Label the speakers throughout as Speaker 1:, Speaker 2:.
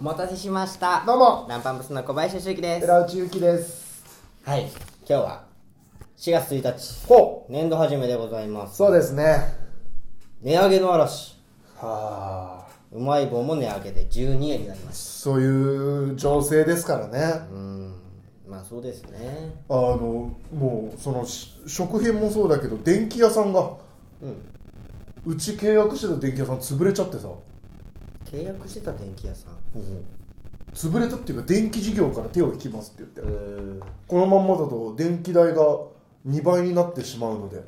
Speaker 1: お待たせしました
Speaker 2: どうも
Speaker 1: ランパンプスの小林俊之です
Speaker 2: 寺内ゆきです
Speaker 1: はい今日は4月1日
Speaker 2: ほ
Speaker 1: 年度初めでございます
Speaker 2: そうですね
Speaker 1: 値上げの嵐
Speaker 2: はあ
Speaker 1: うまい棒も値上げで12円になりまし
Speaker 2: そういう情勢ですからね
Speaker 1: たうーんまあそうですね
Speaker 2: あのもうそのし食品もそうだけど電気屋さんが
Speaker 1: うん
Speaker 2: うち契約してた電気屋さん潰れちゃってさ、
Speaker 1: 契約してた電気屋さん
Speaker 2: 潰れたっていうか電気事業から手を引きますって言って、
Speaker 1: うーん
Speaker 2: このまんまだと電気代が2倍になってしまうので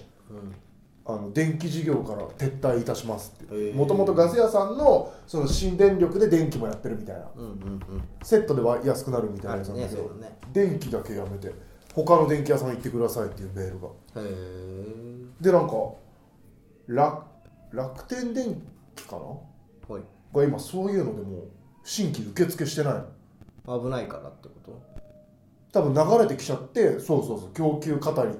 Speaker 2: あの電気事業から撤退いたしますっ
Speaker 1: へ
Speaker 2: て
Speaker 1: ー
Speaker 2: もともとガス屋さんのその新電力で電気もやってるみたいな
Speaker 1: うんうん
Speaker 2: セットでは安くなるみたいなやつなんだけ
Speaker 1: あ
Speaker 2: ど、
Speaker 1: るね
Speaker 2: 電気だけやめて他の電気屋さん行ってくださいっていうメールが
Speaker 1: うんへ
Speaker 2: でなんか楽楽天電気かな
Speaker 1: えはい
Speaker 2: が今そういうのでもう新規受付してないの
Speaker 1: 危ないからってこと
Speaker 2: 多分流れてきちゃってそうそうそう供給過多に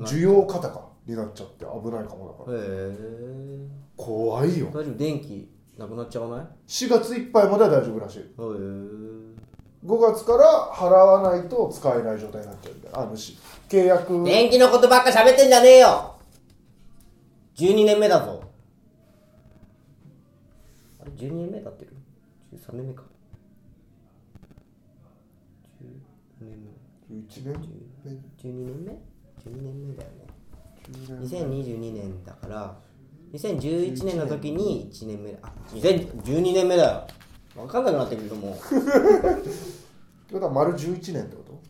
Speaker 2: 需要過多かになっちゃって危ないかもだから
Speaker 1: へえ
Speaker 2: 怖いよ
Speaker 1: 大丈夫電気なくなっちゃわないへ
Speaker 2: 4月いっぱいまでは大丈夫らしい
Speaker 1: え
Speaker 2: 5月から払わないと使えない状態になっちゃうんだよあのし契約
Speaker 1: 電気のことばっか喋ってんじゃねえよ12年目だぞあれ12年目だってる13年目か10年
Speaker 2: 11年
Speaker 1: 目12年目 ?12 年目だよね
Speaker 2: 12年
Speaker 1: 2022年だから2011年の時に1年目だあ2012年目だよ分かんなくなってくるとも
Speaker 2: ってことは丸11年ってこ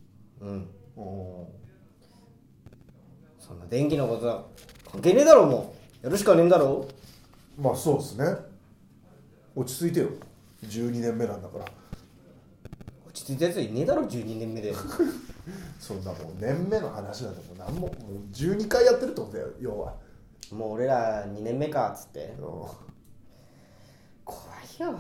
Speaker 1: ううん
Speaker 2: とお
Speaker 1: そんな電気のこと関係ねえだろもうやるしかねえんだろ
Speaker 2: ーまあそうですね落ち着いてよ12年目なんだから
Speaker 1: 落ち着いたやついねえだろ12年目で
Speaker 2: そんなもう年目の話なんてもう何ももう12回やってるってことだよ要は
Speaker 1: もう俺ら2年目かっつって
Speaker 2: お
Speaker 1: 怖い よ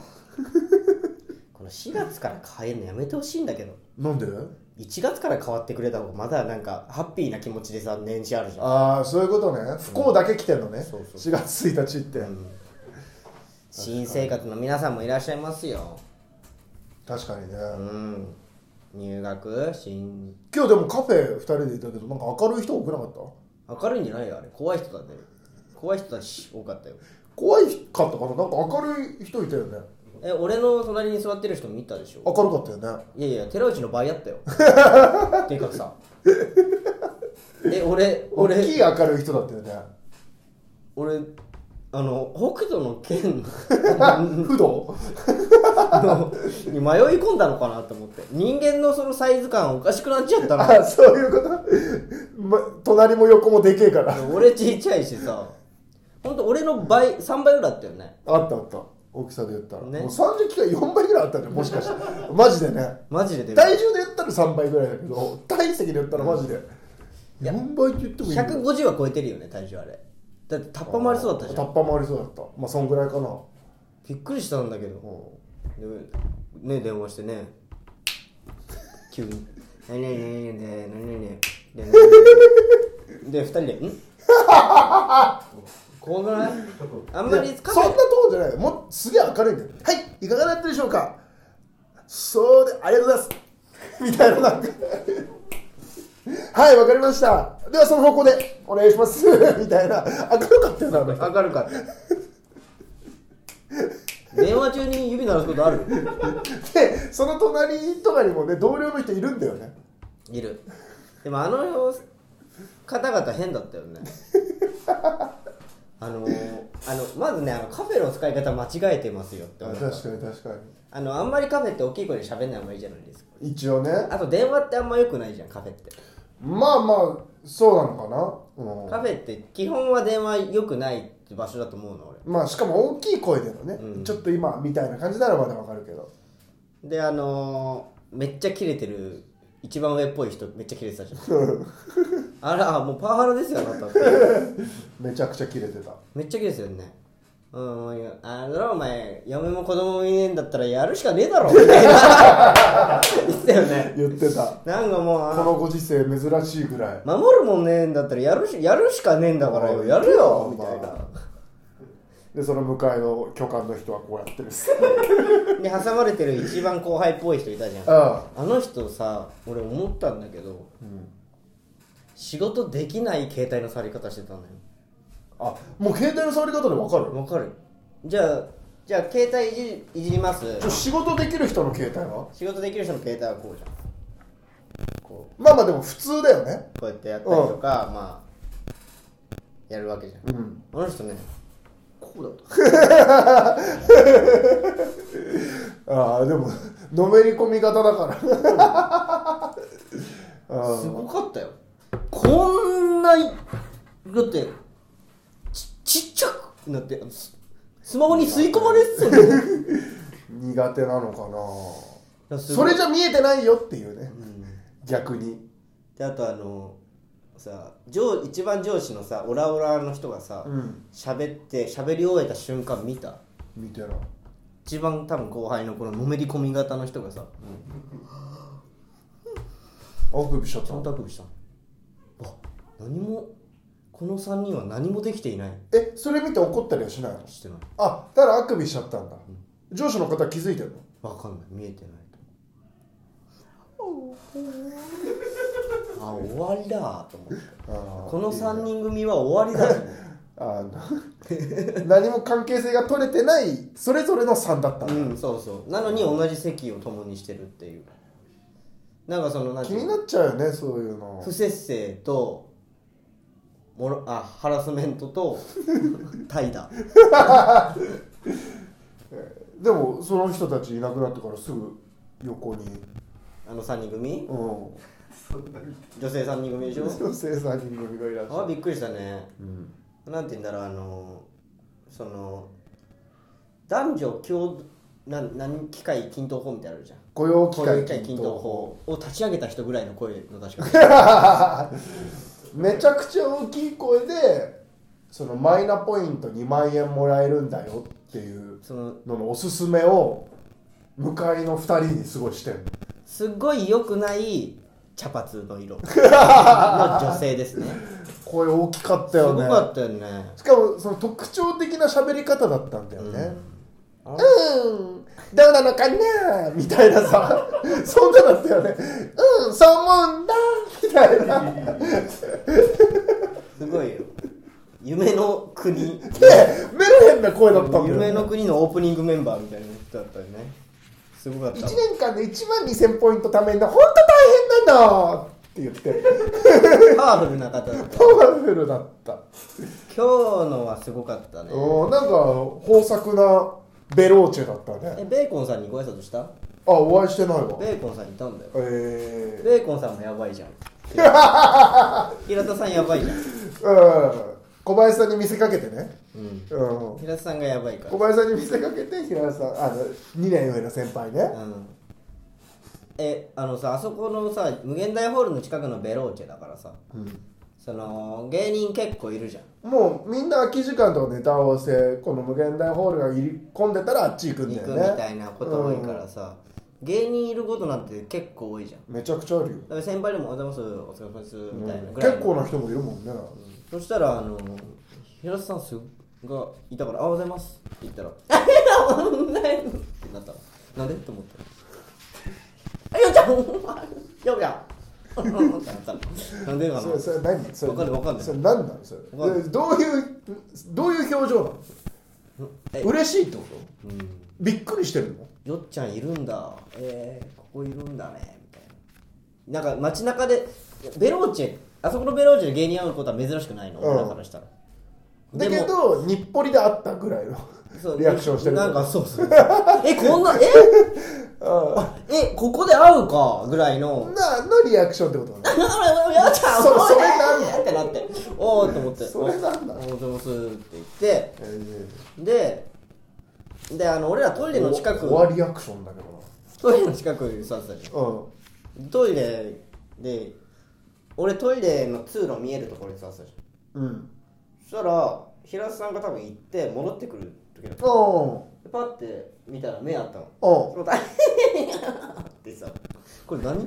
Speaker 1: この4月から変えるのやめてほしいんだけど
Speaker 2: ーなんで
Speaker 1: 1月から変わってくれた方がまだなんかハッピーな気持ちでさ年始あるじゃん
Speaker 2: ああそういうことね不幸だけ来てんのね、
Speaker 1: そうそう
Speaker 2: 4月1日って、
Speaker 1: 新生活の皆さんもいらっしゃいますよ
Speaker 2: 確かにね、
Speaker 1: うん入学新
Speaker 2: 今日でもカフェ2人でいたけどなんか明るい人多くなかっ
Speaker 1: 明
Speaker 2: た
Speaker 1: るいんじゃないよあれ怖い人だね怖い人だし多かったよ
Speaker 2: 怖いかったかななんか明るい人いたよね
Speaker 1: え俺の隣に座ってる人見たでしょ
Speaker 2: 明るかったよね
Speaker 1: いやい や寺内の倍やったよでかくさえ俺
Speaker 2: 大
Speaker 1: 俺
Speaker 2: きい明るい人だったよね
Speaker 1: 俺あの北斗の剣
Speaker 2: 不動
Speaker 1: のに迷い込んだのかなと思って人間のそのサイズ感おかしくなっちゃったな
Speaker 2: あそういうこと、ま、隣も横もでけえからあ
Speaker 1: 俺ちっちゃいしさ本当俺の倍3倍ぐらいだったよね
Speaker 2: ったあった大きさで言ったら、
Speaker 1: ね
Speaker 2: もう30キロ4倍ぐらいあったんだよもし かしてマジでね
Speaker 1: マジででかい
Speaker 2: 体重で言ったら3倍ぐらいだけど体積で言ったらマジで4倍って言ってもいいよ
Speaker 1: 150は超えてるよね体重あれだってタッパ回りそうだったじゃ
Speaker 2: タ
Speaker 1: ん
Speaker 2: ッパ回りそうだったまあそんぐらいかな
Speaker 1: びっくりしたんだけどでね電話してね急に「何々何々で何々で何々で」で二人で「ん?」 怖くないあんまり
Speaker 2: いや
Speaker 1: 使
Speaker 2: そんなとこじゃないよもうすげえ明るいんだよはいいかがだったでしょうかそうでありがとうございます みたいななんかはいわかりましたではその方向でお願いします みたいな明るかったよなあの人
Speaker 1: 明るかった電話中に指鳴らすことある
Speaker 2: でその隣とかにもね同僚の人いるんだよね
Speaker 1: いるでもあの方々変だったよねあのあのまずねあのカフェの使い方間違えてますよって思った
Speaker 2: 確かに確か
Speaker 1: あのあんまりカフェって大きい声で喋んない方がいいじゃないですか
Speaker 2: に一応ね
Speaker 1: あと電話ってあんま良くないじゃんカフェって
Speaker 2: まあまあそうなのかな、うん
Speaker 1: カフェって基本は電話良くないって場所だと思うの俺
Speaker 2: まあしかも大きい声でのね、
Speaker 1: うん
Speaker 2: ちょっと今みたいな感じならまだわかるけど
Speaker 1: であのーめっちゃキレてる一番上っぽい人めっちゃキレてたじゃんあらもうパワハラですよあなたって
Speaker 2: めちゃくちゃキレてた
Speaker 1: めっちゃキレてたよねうんいやあのお前嫁も子供もいねえんだったらやるしかねえだろみたいな言ってたよね
Speaker 2: 言ってた
Speaker 1: なんかもうあ
Speaker 2: このご時世珍しいぐらい
Speaker 1: 守るもんねえんだったらやるしやるしかねえんだからよ
Speaker 2: うん
Speaker 1: やるよみ
Speaker 2: まあ
Speaker 1: たいな
Speaker 2: でその向かいの巨漢の人はこうや ってるっす
Speaker 1: で挟まれてる一番後輩っぽい人いたじゃん
Speaker 2: あ
Speaker 1: あの人さ俺思ったんだけど
Speaker 2: あ、うん、
Speaker 1: 仕事できない携帯の触り方してたのよ
Speaker 2: あもう携帯の触り方でわかる
Speaker 1: わかるじゃあじゃあ携帯いじりいじります
Speaker 2: ちょ仕事できる人の携帯は
Speaker 1: 仕事できる人の携帯はこうじゃんこ
Speaker 2: まあまあでも普通だよね
Speaker 1: うこうやってやったりとか、まあやるわけじゃん
Speaker 2: うん
Speaker 1: あの人ねこうだった
Speaker 2: ああでものめり込み型だから ああ
Speaker 1: すごかったよこんないだってちちっちゃくなってあのススマホに吸い込まれてたのよ
Speaker 2: 苦手なのかな それ
Speaker 1: じ
Speaker 2: じゃ見えてないよっていうね、逆に
Speaker 1: であとあのさ上一番上司のさオラオラの人がさ
Speaker 2: うん
Speaker 1: 喋、って喋り終えた瞬間見た
Speaker 2: 見てな
Speaker 1: 一番多分後輩のこののめり込み型の人がさ
Speaker 2: あくびしちゃっ
Speaker 1: ち
Speaker 2: た
Speaker 1: ゃんとあくびしたのあ何もこの3人は何もできていない
Speaker 2: えそれ見て怒ったりはしないの
Speaker 1: してない
Speaker 2: あただあくびしちゃったんだ、上司の方気づいてるの
Speaker 1: わかんない見えてないとあ終わりだと思って
Speaker 2: あ
Speaker 1: この3人組は終わりだと思って
Speaker 2: あの 何も関係性が取れてないそれぞれの3だったんだ、
Speaker 1: うんそうそうなのに同じ席を共にしてるっていうなんかそのなんて
Speaker 2: 気
Speaker 1: いうの
Speaker 2: になっちゃうよねそういうの
Speaker 1: 不摂生ともろあハラスメント と怠惰
Speaker 2: でもその人たちいなくなってからすぐ横に
Speaker 1: あの3人組
Speaker 2: うん
Speaker 1: 女性3人組でしょ
Speaker 2: 女性3人組がいらっしゃ
Speaker 1: あ
Speaker 2: る
Speaker 1: びっくりしたね
Speaker 2: うん
Speaker 1: なんて言うんだろうあのその男女共なん何機会均等法みたいなのあるじゃん
Speaker 2: 雇用機
Speaker 1: 雇用
Speaker 2: 会
Speaker 1: 機会均
Speaker 2: 均等
Speaker 1: 等
Speaker 2: 法
Speaker 1: 法を立ち上げた人ぐらいの声の確 か
Speaker 2: めちゃくちゃ大きい声でそのマイナポイント2万円もらえるんだよっていう
Speaker 1: その
Speaker 2: ののおすすめを向かいの2人にすごいしてる
Speaker 1: すっごい良くない茶髪の色の女性ですね
Speaker 2: 声大きかった
Speaker 1: す
Speaker 2: よ
Speaker 1: ご
Speaker 2: ね
Speaker 1: かったよね
Speaker 2: しかもその特徴的な喋り方だったんだよね
Speaker 1: う
Speaker 2: うんん、どうなのかなみたいなさ そんなだったよねうんそう思うんだみたいな
Speaker 1: すごいよ夢の国
Speaker 2: でメルヘンな声だったんだよ、ね、
Speaker 1: 夢の国のオープニングメンバーみたいな人だったよねすごかった
Speaker 2: 1年間で1万2000ポイント貯めるの本当大変なんだって言って
Speaker 1: パワフルな方だった
Speaker 2: パワフルだった
Speaker 1: 今日のはすごかったね
Speaker 2: うんなんか豊作なベローチェだったね
Speaker 1: えベーコンさんにご挨拶した
Speaker 2: あお会いしてないわ
Speaker 1: ベーコンさんいたんだよ
Speaker 2: え
Speaker 1: ベーコンさんもやばい じゃん平田さんやばいじゃん、
Speaker 2: ー、うん小林さんに見せかけてね、
Speaker 1: うん、
Speaker 2: うん、
Speaker 1: 平田さんがやばいから
Speaker 2: 小林さんに見せかけて平田さんあの2年上の先輩ね
Speaker 1: うんえあのさあそこのさ無限大ホールの近くのベローチェだからさその芸人結構いるじゃん
Speaker 2: もうみんな空き時間とかネタ合わせこの無限大ホールが入り込んでたらあっち行くんだ
Speaker 1: 行
Speaker 2: よ
Speaker 1: く
Speaker 2: ね
Speaker 1: みたいなこと多いからさ、芸人いることなんて結構多いじゃん
Speaker 2: うんめちゃくちゃあるよ
Speaker 1: だから先輩でも「おはようございますお疲れ様です」みたいなぐらい
Speaker 2: 結構な人もいるもんね、
Speaker 1: そしたらあの平田さんすがいたから「あおはようございます」って言った ら「あれだもんない」ってなったらなんでって思 ったら「あよちゃんよちゃん」 ってなったらなんでかな
Speaker 2: それそれ何それ
Speaker 1: わかんないわかんない
Speaker 2: それ何なのそれ
Speaker 1: わかんない
Speaker 2: でどういうどういう表情なの
Speaker 1: え
Speaker 2: 嬉しいってこと
Speaker 1: うん
Speaker 2: びっくりしてるの
Speaker 1: よっちゃんいるんだえー、ここいるんだねみたいななんか街中でベローチェあそこのベローチェで芸人会うことは珍しくないの、
Speaker 2: うん
Speaker 1: 俺らからしたら
Speaker 2: だけ
Speaker 1: でも
Speaker 2: ど日暮里で会ったぐらい
Speaker 1: そ
Speaker 2: の
Speaker 1: う
Speaker 2: リアクションしてる
Speaker 1: なんか
Speaker 2: あ
Speaker 1: そうそうえこんなえ
Speaker 2: あ
Speaker 1: えここで会うかぐらい の
Speaker 2: なのリアクションってこと
Speaker 1: あ
Speaker 2: ね
Speaker 1: れよっちゃん
Speaker 2: そ
Speaker 1: おい
Speaker 2: それなんだ
Speaker 1: ってなっておおと思って
Speaker 2: それなんだ
Speaker 1: おおおどうするって言って
Speaker 2: えー
Speaker 1: でであの俺らトイレの近く
Speaker 2: 怖リアクションだけど
Speaker 1: トイレの近くに座ってたじゃん
Speaker 2: なうん
Speaker 1: トイレで俺トイレの通路見えるところに座ってたじゃん
Speaker 2: うん
Speaker 1: そしたら平田さんが多分行って戻ってくる時だった
Speaker 2: うん
Speaker 1: でパッて見たら目あったの
Speaker 2: うん
Speaker 1: そのタイって さこれ何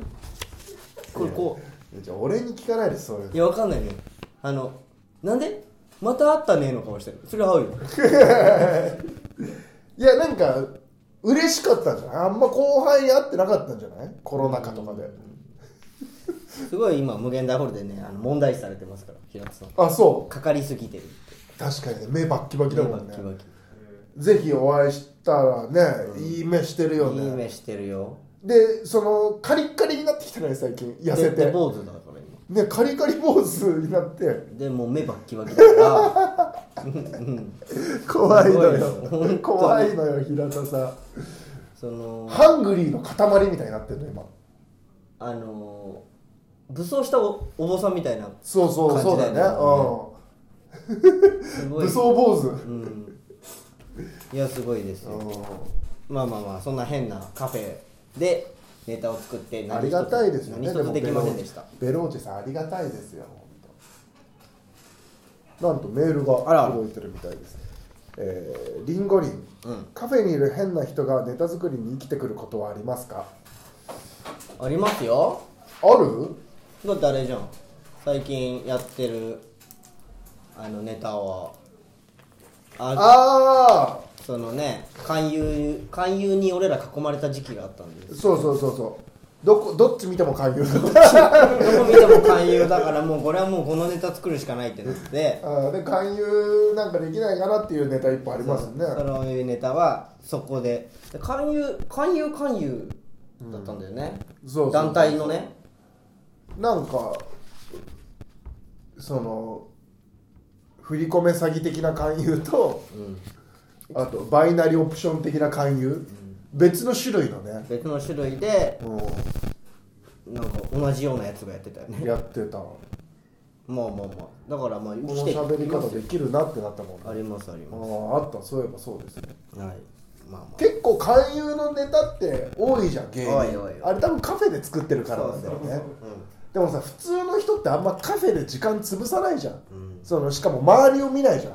Speaker 1: これこ
Speaker 2: じゃあ俺に聞かないでそうい
Speaker 1: う
Speaker 2: う
Speaker 1: いやわかんないねあのなんでまた会ったねの顔してるそれは合うよ
Speaker 2: いやなんか嬉しかったんじゃないあんま後輩に会ってなかったんじゃないコロナ禍とかで、
Speaker 1: すごい今無限大ホールでねあの問題視されてますから平田さん
Speaker 2: あそう
Speaker 1: かかりすぎてるって
Speaker 2: 確かにね目バッキバキだもんね
Speaker 1: キバキ
Speaker 2: ぜひお会いしたらね、いい目してるよね
Speaker 1: いい目してるよ
Speaker 2: でそのカリッカリになってきたね最近痩せ
Speaker 1: 絶対
Speaker 2: て
Speaker 1: 坊主だから今
Speaker 2: ねカリカリ坊主になって
Speaker 1: でもう目バッキバキだから
Speaker 2: 怖いの
Speaker 1: すごい
Speaker 2: よ
Speaker 1: よ
Speaker 2: 怖いのよ平田さん
Speaker 1: その
Speaker 2: ハングリーの塊みたいになってるの今
Speaker 1: あの武装したおお坊さんみたいな
Speaker 2: そうそうそうだ
Speaker 1: 感じ
Speaker 2: ね
Speaker 1: だよす
Speaker 2: うん
Speaker 1: ごい
Speaker 2: 武装坊主、
Speaker 1: うんいやすごいですよ
Speaker 2: う
Speaker 1: まあまあまあそんな変なカフェでネタを作って
Speaker 2: んあ
Speaker 1: 何
Speaker 2: り
Speaker 1: 一つ
Speaker 2: がたいですよね
Speaker 1: 何一つでき
Speaker 2: ベロ
Speaker 1: ませ
Speaker 2: ー
Speaker 1: んで
Speaker 2: チ
Speaker 1: した
Speaker 2: ベローチェさんありがたいですよ本当なんとメール
Speaker 1: あらあ
Speaker 2: が
Speaker 1: ら
Speaker 2: 届いてるみたいですえーリンゴリン、
Speaker 1: うん
Speaker 2: カフェにいる変な人がネタ作りに生きてくることはありますか
Speaker 1: ありますよ
Speaker 2: ある
Speaker 1: だってあれじゃん最近やってるあのネタはあ
Speaker 2: ああ
Speaker 1: そのね勧誘勧誘に俺ら囲まれた時期があったんです
Speaker 2: そうそうそうそうどこどっち見ても勧誘
Speaker 1: どこ見ても勧誘だからもうこれはもうこのネタ作るしかないってなって
Speaker 2: あーで勧誘なんかできないかなっていうネタ一本ありますよね
Speaker 1: そのいうネタはそこでで勧誘勧誘勧誘だったんだよね、
Speaker 2: うんそうそう
Speaker 1: 団体のね
Speaker 2: なんかその振り込め詐欺的な勧誘と、あとバイナリーオプション的な勧誘、別の種類のね、
Speaker 1: 別の種類で
Speaker 2: う
Speaker 1: なんか同じようなやつがやってたよ
Speaker 2: ん
Speaker 1: ね
Speaker 2: やってたこ
Speaker 1: まあまあまあだからまあ生き
Speaker 2: の
Speaker 1: て
Speaker 2: 喋り方できるなってなったもんね
Speaker 1: ありますあり
Speaker 2: あ
Speaker 1: ま
Speaker 2: ーあったそういえばそうですね
Speaker 1: すはいまあまあ
Speaker 2: 結構勧誘のネタって多いじゃん芸人
Speaker 1: 多い多い
Speaker 2: あれ多分カフェで作ってるからなんだよねでもさ普通の人ってあんまカフェで時間潰さないじゃん、そのしかも周りを見ないじゃん、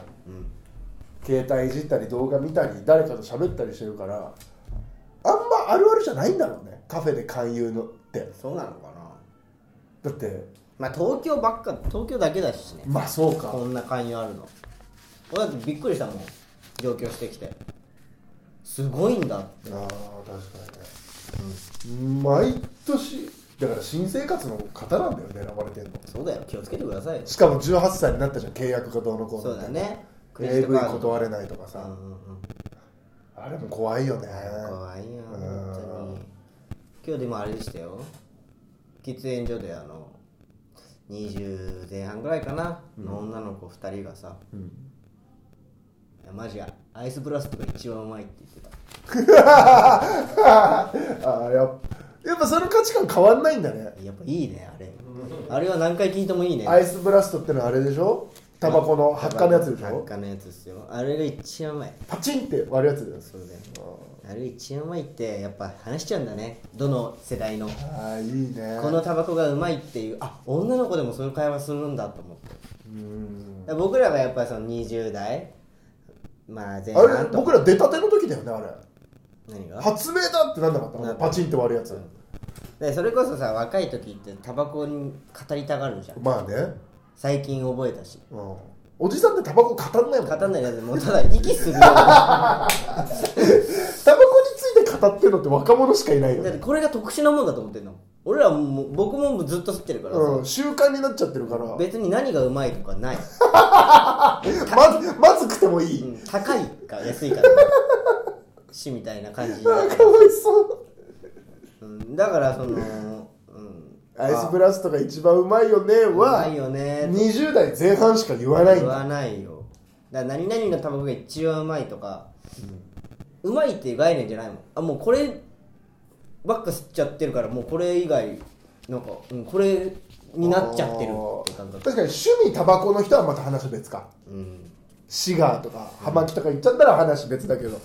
Speaker 2: 携帯いじったり動画見たり誰かと喋ったりしてるからあんまあるあるじゃないんだろうねカフェで勧誘のって
Speaker 1: そうなのかな
Speaker 2: だって
Speaker 1: まあ東京ばっか東京だけだしね
Speaker 2: まあそうか
Speaker 1: こんな勧誘あるの俺だってびっくりしたもん上京してきてすごいんだって
Speaker 2: ああ確かにね、毎年だから新生活の方なんだよね選ばれてんの
Speaker 1: そうだよ気をつけてくださいよ
Speaker 2: しかも18歳になったじゃん契約がどうのこうの
Speaker 1: そう
Speaker 2: み
Speaker 1: だ
Speaker 2: たいな
Speaker 1: ねクレジット
Speaker 2: AV
Speaker 1: カード
Speaker 2: 断れないとかさ、
Speaker 1: うんうんうん
Speaker 2: あれも怖いよね
Speaker 1: 怖いよ
Speaker 2: う
Speaker 1: 本
Speaker 2: ん
Speaker 1: 当に今日でもあれでしたよ喫煙所であの20前半ぐらいかな、の女の子2人がさ「いやマジアイスブラストが一番うまい」って言ってた
Speaker 2: あーやっぱやっぱその価値観変わんないんだね
Speaker 1: やっぱいいねあれあれは何回聞いてもいいね
Speaker 2: アイスブラストってのはあれでしょタバコの発火のやつでし
Speaker 1: 発
Speaker 2: ょ
Speaker 1: 火のやつですよあれが一番うまい
Speaker 2: パチンって割るやつです
Speaker 1: そうだよあれが一番うまいってやっぱ話しちゃうんだねどの世代の
Speaker 2: ああいいね
Speaker 1: このタバコがうまいっていうあ女の子でもそういう会話するんだと思って
Speaker 2: うん
Speaker 1: だから僕らがやっぱりその20代まあ前
Speaker 2: あれ
Speaker 1: 半と
Speaker 2: 僕ら出たての時だよねあれ
Speaker 1: 何が
Speaker 2: 発明だってなんなかった
Speaker 1: な
Speaker 2: の
Speaker 1: んか
Speaker 2: パチンって割るやつ
Speaker 1: でそれこそさ若い時ってタバコに語りたがるじゃん
Speaker 2: まあね、
Speaker 1: 最近覚えたし
Speaker 2: うん、おじさんってタバコ語んないもん
Speaker 1: 語
Speaker 2: タバコ
Speaker 1: んないやつもうただ息するよう な
Speaker 2: について語ってるのって若者しかいないよ
Speaker 1: だっ
Speaker 2: ね
Speaker 1: てこれが特殊なもんだと思ってんの俺らもう僕もずっと吸ってるからさ、
Speaker 2: うん、習慣になっちゃってるからま
Speaker 1: 別に何がうまいとか ない、
Speaker 2: ずまずくてもいい、
Speaker 1: うん高いか安いかとかしみたいな感じにな
Speaker 2: あ
Speaker 1: る
Speaker 2: ーかわいそう
Speaker 1: うんだからその、うん、
Speaker 2: アイスブラストが一番うまいよねは
Speaker 1: うまいよねーって
Speaker 2: 20代前半しか言わないん
Speaker 1: 言
Speaker 2: だ
Speaker 1: わないよだから何々のタバコが一番うまいとか、うまいっていう概念じゃないもんあもうこればっか吸っちゃってるからもうこれ以外なんか、うん、これになっちゃってるって感
Speaker 2: あー
Speaker 1: 覚
Speaker 2: 確かに趣味タバコの人はまた話別か
Speaker 1: うん
Speaker 2: シガーとか葉巻とか言っちゃったら話別だけど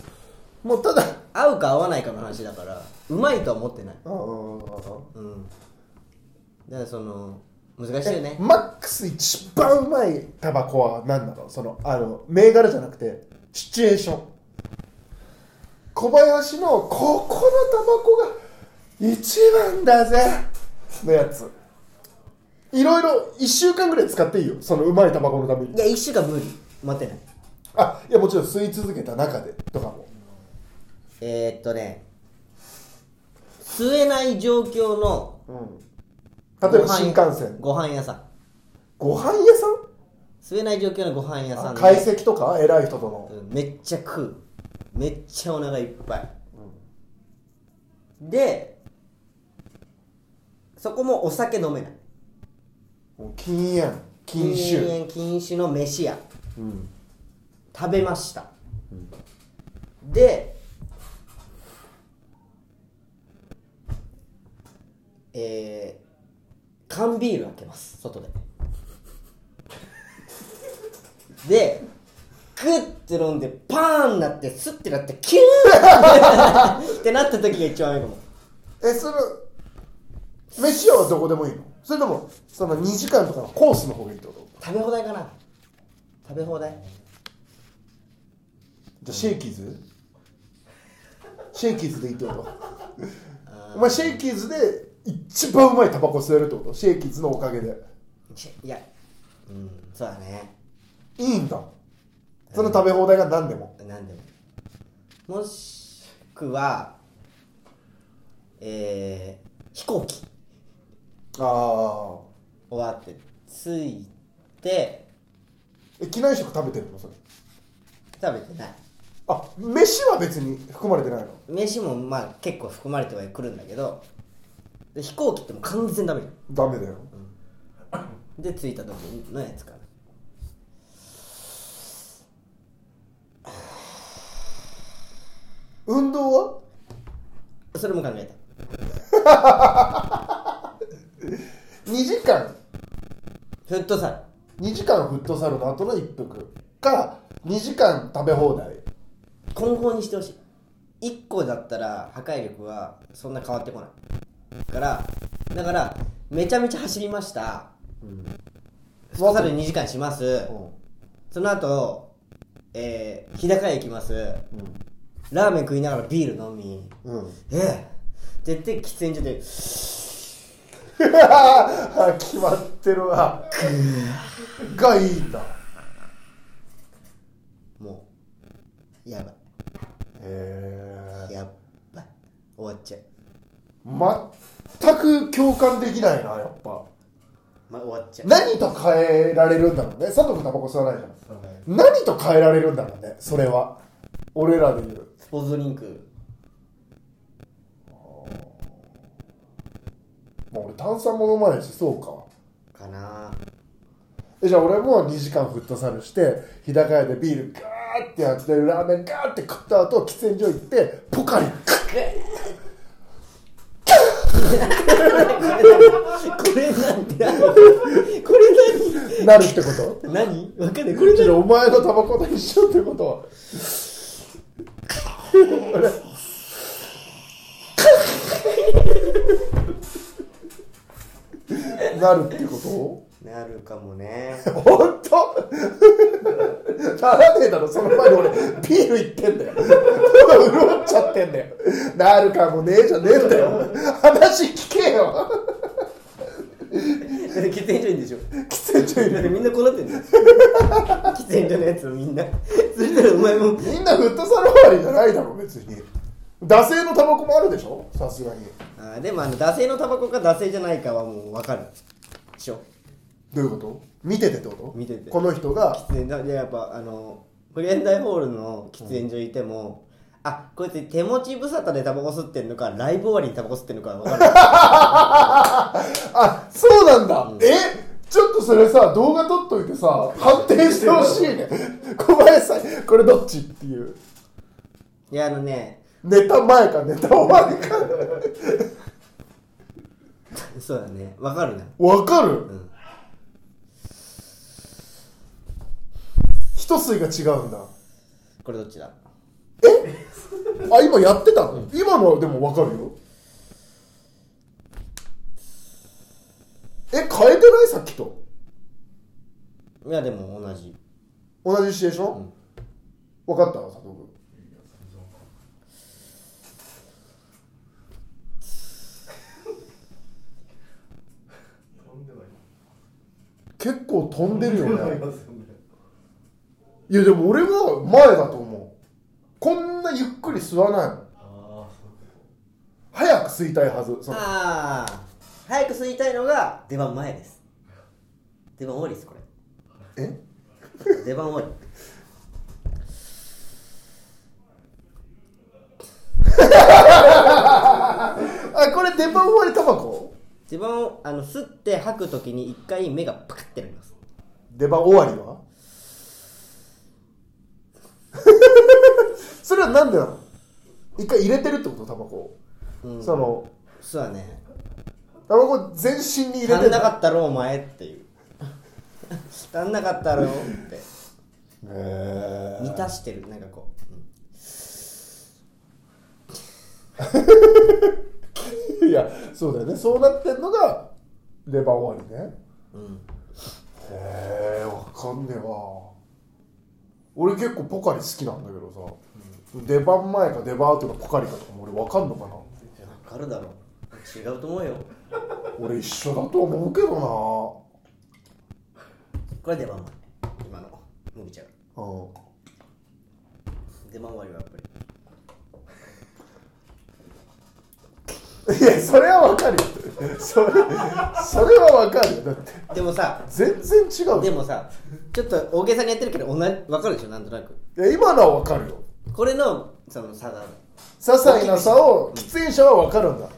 Speaker 2: もうただ
Speaker 1: 合うか合わないかの話だからうまいとは思ってない
Speaker 2: あー
Speaker 1: うんだからその難しいよね
Speaker 2: マックス一番うまいタバコは何なのそのあの銘柄じゃなくてシチュエーション小林のここのタバコが一番だぜのやついろいろ1週間ぐらい使っていいよそのうまいタバコのために
Speaker 1: いや1週間無理待てない
Speaker 2: あいやもちろん吸い続けた中でとかも
Speaker 1: えー、っとね吸えない状況の
Speaker 2: 例えば新幹線
Speaker 1: ご飯屋さん
Speaker 2: ご飯屋さん
Speaker 1: 吸えない状況のご飯屋さんで
Speaker 2: 解析とか偉い人との
Speaker 1: うんめっちゃ食うめっちゃお腹いっぱい、でそこもお酒飲めない
Speaker 2: もう禁煙禁酒
Speaker 1: 煙禁酒の飯屋
Speaker 2: うん
Speaker 1: 食べました、でえー、缶ビール開けます外で でグッて飲んでパーンなってスッてなってキューン ってなった時が一番いいかも
Speaker 2: えそれ飯屋はどこでもいいのそれともその2時間とかのコースの方がいいってこと
Speaker 1: 食べ放題かな食べ放題
Speaker 2: じゃあシェイキーズシェイキーズでいいってことお前シェイキーズで一番うまいタバコ吸えるってことシェイキーズのおかげで
Speaker 1: しいやうんそうだね
Speaker 2: いいんだその食べ放題が何でも
Speaker 1: 何でももしくはえー、飛行機
Speaker 2: ああ
Speaker 1: 終わって着いて
Speaker 2: え機内食食べてるのそれ
Speaker 1: 食べてない
Speaker 2: あ飯は別に含まれてないの
Speaker 1: 飯もまあ結構含まれてはくるんだけどで飛行機ってもう完全にダメじゃ
Speaker 2: ダメだよ、
Speaker 1: んで着いた時のやつから
Speaker 2: 運動は
Speaker 1: それも考えた
Speaker 2: 2時間
Speaker 1: フットサ
Speaker 2: 2時間フットサルの後の一服か2時間食べ放題
Speaker 1: ル混合にしてほしい1個だったら破壊力はそんな変わってこないからだからめちゃめちゃ走りましたフットサル2時間します、その後、えー、日高屋行きます、ラーメン食いながらビール飲み、
Speaker 2: うん、うん、
Speaker 1: ええって言って喫煙所で
Speaker 2: あ決まってるわがいいんだ
Speaker 1: もうやば
Speaker 2: へ
Speaker 1: いやっばい終わっちゃう、
Speaker 2: え全く共感できないなやっぱ
Speaker 1: ま、終わっちゃう
Speaker 2: 何と変えられるんだろうね佐藤君タバコ吸わないじゃん何と変えられるんだろうねそれは俺らで言う
Speaker 1: スポーツドリンク
Speaker 2: もう俺炭酸も飲まないしそうか
Speaker 1: かな
Speaker 2: えじゃあ俺も2時間フットサルして日高屋でビールガーってやってラーメンガーって食った後喫煙所行ってポカリ
Speaker 1: これなんて何これ
Speaker 2: なるってこと
Speaker 1: 何何わかんないこれ
Speaker 2: ち
Speaker 1: 何
Speaker 2: ょっとお前のタバコと一緒ってことは 俺なるってこと
Speaker 1: なるかもね
Speaker 2: 本当ならねえだろその前に俺ビールいってんだよ潤っちゃってんだよなるかもねえじゃねえんだよ話聞けよ
Speaker 1: 喫煙所いいんで しょ
Speaker 2: 喫煙所い
Speaker 1: だっ
Speaker 2: る
Speaker 1: てみんなこうなってんだよ 喫煙所のやつをみんなそしたらお前も
Speaker 2: みんなフットサル終わりじゃないだろ別に惰性のタバコもあるでしょさすがに
Speaker 1: あーでもあの惰性のタバコか惰性じゃないかはもう分かるでしょ
Speaker 2: どういうこと見ててってこと
Speaker 1: 見てて
Speaker 2: この人が
Speaker 1: 喫煙所でやっぱあのフリエンダイホールの喫煙所いても、あこいつ手持ち無沙汰でタバコ吸ってんのかライブ終わりにタバコ吸ってんのか分かる
Speaker 2: あそうなんだ、えちょっとそれさ動画撮っといてさ判定してほしいね小林さんこれどっちっていう
Speaker 1: いやあのね
Speaker 2: ネタ前かネタ終わりか
Speaker 1: そうだね分かるな
Speaker 2: わかる、一吸いが違うんだ
Speaker 1: これどっちだ
Speaker 2: あ今やってたの、今のはでもわかるよえ変えてないさっきと
Speaker 1: いやでも同じ
Speaker 2: 同じシチュエーション、わかった佐藤君結構飛んでるよ
Speaker 3: 思 い
Speaker 2: ね
Speaker 3: ますよね
Speaker 2: いやでも俺は前だと思うこんなゆっくり吸わないもん
Speaker 3: あ
Speaker 2: 早く吸いたいはずその
Speaker 1: ああ早く吸いたいのが出番前です出番終わりですこ
Speaker 2: え
Speaker 1: れ出番終わ
Speaker 2: あこれ出番終わりタバコ
Speaker 1: り出番をあの吸って吐くときに一回目がパカッてなります
Speaker 2: 出番終わり はそれはなんでなの一回入れてるってことタバコを、
Speaker 1: うん
Speaker 2: その
Speaker 1: そうだね
Speaker 2: タバコ全身に入れ
Speaker 1: 足
Speaker 2: て
Speaker 1: ん
Speaker 2: んだ
Speaker 1: なかったろお前っていう足んなかったろって
Speaker 2: へえ
Speaker 1: 満たしてるなんかこう、うん
Speaker 2: いやそうだよねそうなってんのがレバー終わりねうんへえわかんねえわ俺結構ポカリ好きなんだけどさ、出番前か出番後がポカリかとかも俺わかんのかない
Speaker 1: やわかるだろ違うと思うよ
Speaker 2: 俺一緒だと思うけど
Speaker 1: これ出番前今の麦ちゃん
Speaker 2: なうん
Speaker 1: 出番終わりはやっぱり
Speaker 2: いやそれはわかるよそれそれはわかるよだって
Speaker 1: でもさ
Speaker 2: 全然違う
Speaker 1: で
Speaker 2: よ
Speaker 1: もさちょっと大げさにやってるけど同じ分かるでしょなんとなく
Speaker 2: いや今のはわかるよ
Speaker 1: これのその差がある
Speaker 2: 些細な差を喫煙者はわかるんだ、
Speaker 1: っ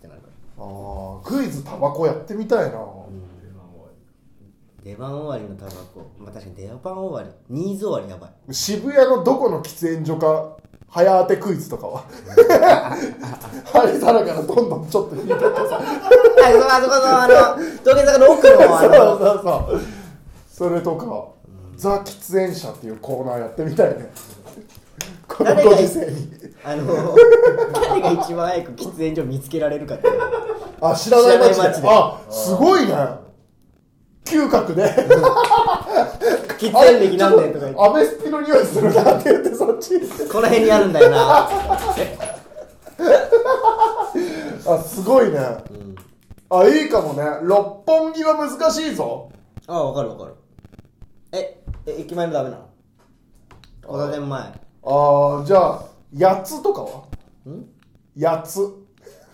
Speaker 1: てなるから
Speaker 2: あークイズタバコやってみたいな、
Speaker 1: 出番終わりのタバコまあ確かに出番終わりニーズ終わりやばい
Speaker 2: 渋谷のどこの喫煙所か早当てクイズと かはあれたらからどんどんちょっと引いてってさ
Speaker 1: あそこあそこのあの道玄坂の奥の
Speaker 2: そ
Speaker 1: あ
Speaker 2: う
Speaker 1: の
Speaker 2: そうそうそれとか「ザ喫煙者」っていうコーナーやってみたいねこの
Speaker 1: 誰
Speaker 2: ご
Speaker 1: が
Speaker 2: 時世に
Speaker 1: あの誰が一番早く喫煙所見つけられるかっていう
Speaker 2: あ知らない街
Speaker 1: 知らない街
Speaker 2: で
Speaker 1: で
Speaker 2: あすごいね嗅 覚で
Speaker 1: 喫煙歴何年とか言って
Speaker 2: アベスピの匂いするなって言ってそっちに
Speaker 1: この辺にあるんだよな
Speaker 2: あすごいね、あいいかもね六本木は難しいぞ
Speaker 1: あわかるわかるええ駅前もダメなの交差点前
Speaker 2: ああじゃあ八つとかは
Speaker 1: ん
Speaker 2: 八つ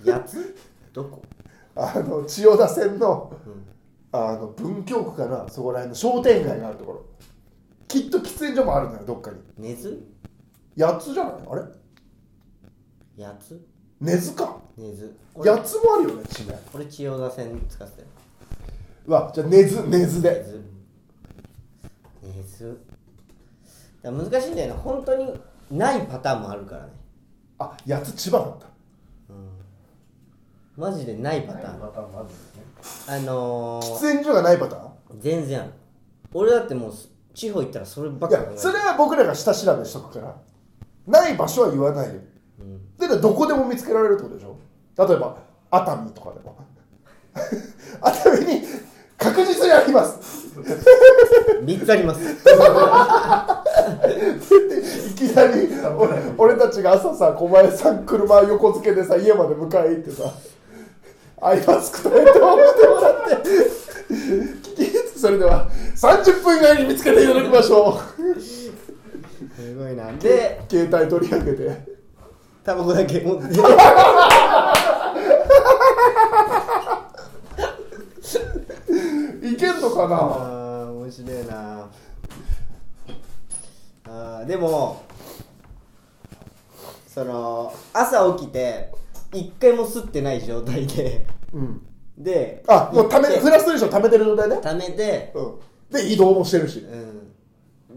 Speaker 1: やつどこ
Speaker 2: あの千代田線の,、あの文京区かなそこら辺の商店街があるところきっと喫煙所もあるんだよどっかに
Speaker 1: 根津
Speaker 2: 八つじゃないあれ
Speaker 1: やつ
Speaker 2: 根津か
Speaker 1: 根津これ
Speaker 2: 八つもあるよね地名
Speaker 1: これ千代田線使ってたよ
Speaker 2: うわじゃあ根津根津
Speaker 1: 根
Speaker 2: で
Speaker 1: 津根津だから難しいんだよね本当にないパターンもあるからね
Speaker 2: あ八つ千葉だった
Speaker 1: マジでないパ
Speaker 3: あ
Speaker 1: ターン
Speaker 3: またまずですね
Speaker 1: あの
Speaker 2: 喫
Speaker 1: ー、
Speaker 2: 煙所がないパターン
Speaker 1: 全然ある俺だってもう地方行ったらそればっ
Speaker 2: い
Speaker 1: か考え
Speaker 2: や
Speaker 1: る
Speaker 2: それは僕らが下調べしとくからない場所は言わないよ、だからどこでも見つけられるってことでしょ例えば熱海とかでも 熱海に確実にあります
Speaker 1: 3つあり ます
Speaker 2: いきなり俺俺たちが朝さ小林さん車横付けでさ家まで迎え行ってさアイマスクとヘッドホンしてもらって それでは30分以内に見つけていただきましょ
Speaker 1: すごいなで
Speaker 2: う携帯取り上げて
Speaker 1: タバコだけ持って
Speaker 2: いけんのかな
Speaker 1: あー面白いなあーでもその朝起きて一回も吸ってない状態で
Speaker 2: うん
Speaker 1: で
Speaker 2: あもうため
Speaker 1: 行って
Speaker 2: フラストレーション溜めてる状態ね、
Speaker 1: ためて
Speaker 2: うん、で移動もしてるし
Speaker 1: うん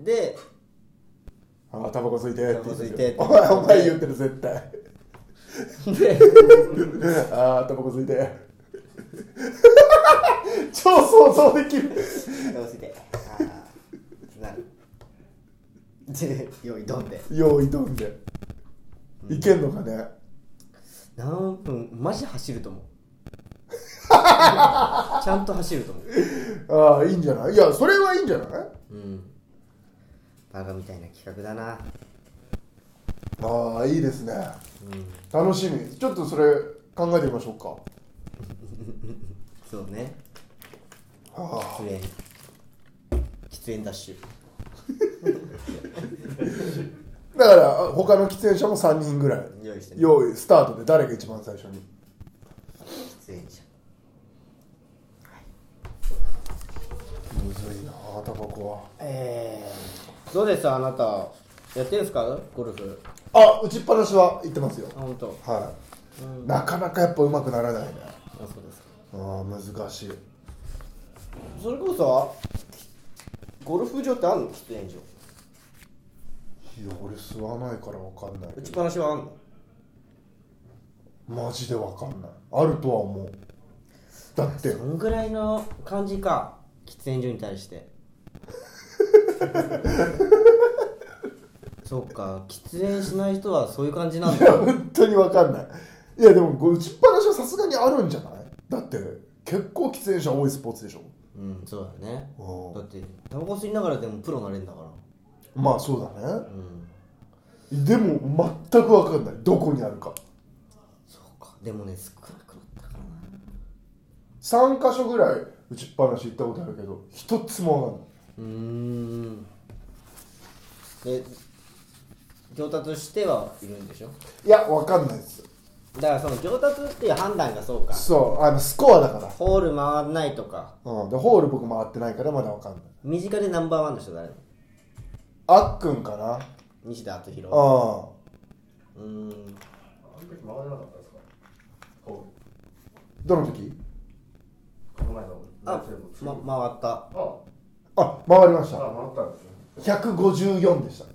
Speaker 1: で
Speaker 2: あタバコ吸いてーって言ってる
Speaker 1: タ
Speaker 2: お
Speaker 1: バコ吸いてーって
Speaker 2: 前お前言ってる絶対
Speaker 1: で
Speaker 2: あータバコ吸いて ー超想像できる
Speaker 1: どうしてあーってなるで用意ドンで
Speaker 2: 用意どんでいけんのかね
Speaker 1: 何分マジ走ると 思うちゃんと走ると思う
Speaker 2: ああいいんじゃないいやそれはいいんじゃない
Speaker 1: うんバカみたいな企画だな
Speaker 2: ああいいですね、楽しみちょっとそれ考えてみましょうか
Speaker 1: そうね
Speaker 2: あ
Speaker 1: 喫煙喫煙ダッシュ
Speaker 2: あだからあ他の喫煙者も3人ぐらい
Speaker 1: 用意してね
Speaker 2: 用意スタートで誰が一番最初に
Speaker 1: 喫煙者
Speaker 2: むずいなあタバコ
Speaker 1: えー、どうですあなたやってんすかゴルフ
Speaker 2: はあ打ちっぱなしは行ってますよ
Speaker 1: あ本当。
Speaker 2: はい、
Speaker 1: う
Speaker 2: なかなかやっぱうまくならないね
Speaker 1: あそうですか
Speaker 2: あー難しい
Speaker 1: それこそゴルフ場ってあんの喫煙所
Speaker 2: いや俺吸わないから分かんない
Speaker 1: 打ちっぱなしはあんの
Speaker 2: マジで分かんないあるとは思うだって
Speaker 1: そんぐらいの感じか喫煙所に対して そうか喫煙しない人はそういう感じなん
Speaker 2: いや
Speaker 1: だ
Speaker 2: 本当に分かんないいやでもこう打ちっぱなしはさすがにあるんじゃないだって結構喫煙者多いスポーツでしょ
Speaker 1: うんそうだよね
Speaker 2: うん
Speaker 1: だってタバコ吸いながらでもプロなれんだから
Speaker 2: まあそうだね
Speaker 1: うん
Speaker 2: でも全く分かんないどこにあるか
Speaker 1: そうかでもね少なくなったからな
Speaker 2: 3か所ぐらい打ちっぱなし行ったことあるけど一つも分かんないう
Speaker 1: ーんで上達してはいるんでしょ
Speaker 2: いや分かんないです
Speaker 1: だからその上達っていう判断がそうか
Speaker 2: そうあのスコアだから、
Speaker 1: ホール回らないとか
Speaker 2: うん、でホール僕回ってないからまだ分かんない
Speaker 1: 身近でナンバーワンの人誰
Speaker 2: あっくんかな
Speaker 1: 西田篤
Speaker 2: う
Speaker 1: 弘
Speaker 2: ん
Speaker 1: うーん
Speaker 3: あの時回れなかったですかこ
Speaker 2: どの時
Speaker 3: うこの前の
Speaker 1: あ
Speaker 3: 夏でも、次
Speaker 1: ま、回った
Speaker 3: あ
Speaker 2: あ回りまし
Speaker 3: あ
Speaker 2: た
Speaker 3: 回ったんですね
Speaker 2: 154でした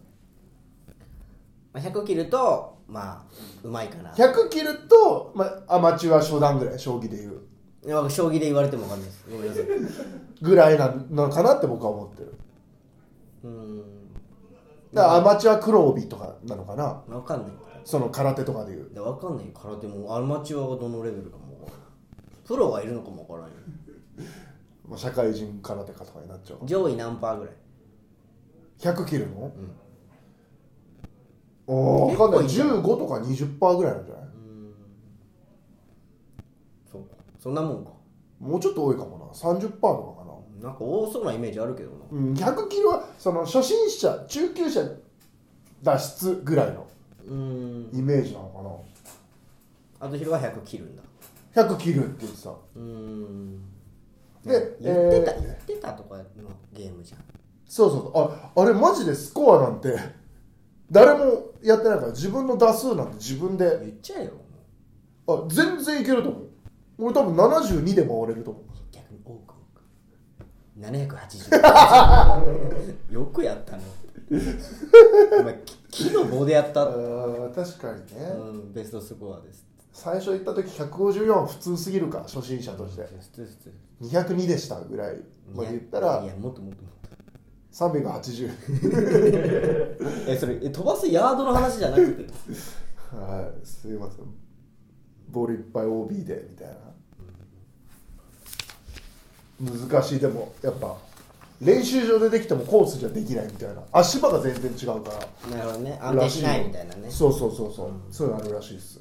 Speaker 1: まあ100切るとまあうまいかな
Speaker 2: 100切ると、ま、アマチュア初段ぐらい将棋でいう
Speaker 1: いや将棋で言われても分かんないですごめんなさいう
Speaker 2: ぐらいなのかなって僕は思ってる
Speaker 1: ーん
Speaker 2: だからアマチュア黒帯とかなのかな
Speaker 1: 分かんない
Speaker 2: その空手とかでいう
Speaker 1: で分かんない空手もアマチュアがどのレベルかも分かんないプロはいるのかも分からんよ
Speaker 2: まあ社会人空手家とかになっちゃう
Speaker 1: 上位何パーぐらい
Speaker 2: 100切るの、おお分かんない
Speaker 1: 結構
Speaker 2: 15とか20%ぐらいなんじゃない
Speaker 1: そうかそんなもんか
Speaker 2: もうちょっと多いかもな30%とかかな
Speaker 1: なんか多そうなイメージあるけどな
Speaker 2: うん100キロはその初心者中級者脱出ぐらいの
Speaker 1: うーん
Speaker 2: イメージなの
Speaker 1: あと昼は100切るんだ
Speaker 2: かな100キロって言ってた
Speaker 1: うーん言
Speaker 2: で
Speaker 1: ってた、
Speaker 2: えー
Speaker 1: 言ってたとかのゲームじゃん
Speaker 2: そうそうそうああれマジでスコアなんて誰もやってないから自分の打数なんて自分で
Speaker 1: 言っちゃえよもう
Speaker 2: あ全然いけると思う俺多分72で回れると思う
Speaker 1: 逆に多く780よくやったねお前き木の棒でやった、う
Speaker 2: あー確かにね、
Speaker 1: ん、ベストスコアです
Speaker 2: 最初行った時154は普通すぎるか初心者として202でしたぐらいまで言った
Speaker 1: いや
Speaker 2: ら
Speaker 1: いやもっともっともっと
Speaker 2: 380
Speaker 1: えそれえ飛ばすヤードの話じゃなくて
Speaker 2: はいすいませんボールいっぱい OB でみたいな難しいでもやっぱ練習場でできてもコースじゃできないみたいな足場が全然違うから
Speaker 1: なるほどね安定しないみたいなね
Speaker 2: らしそうそうそうそう、そういうのあるらしいっす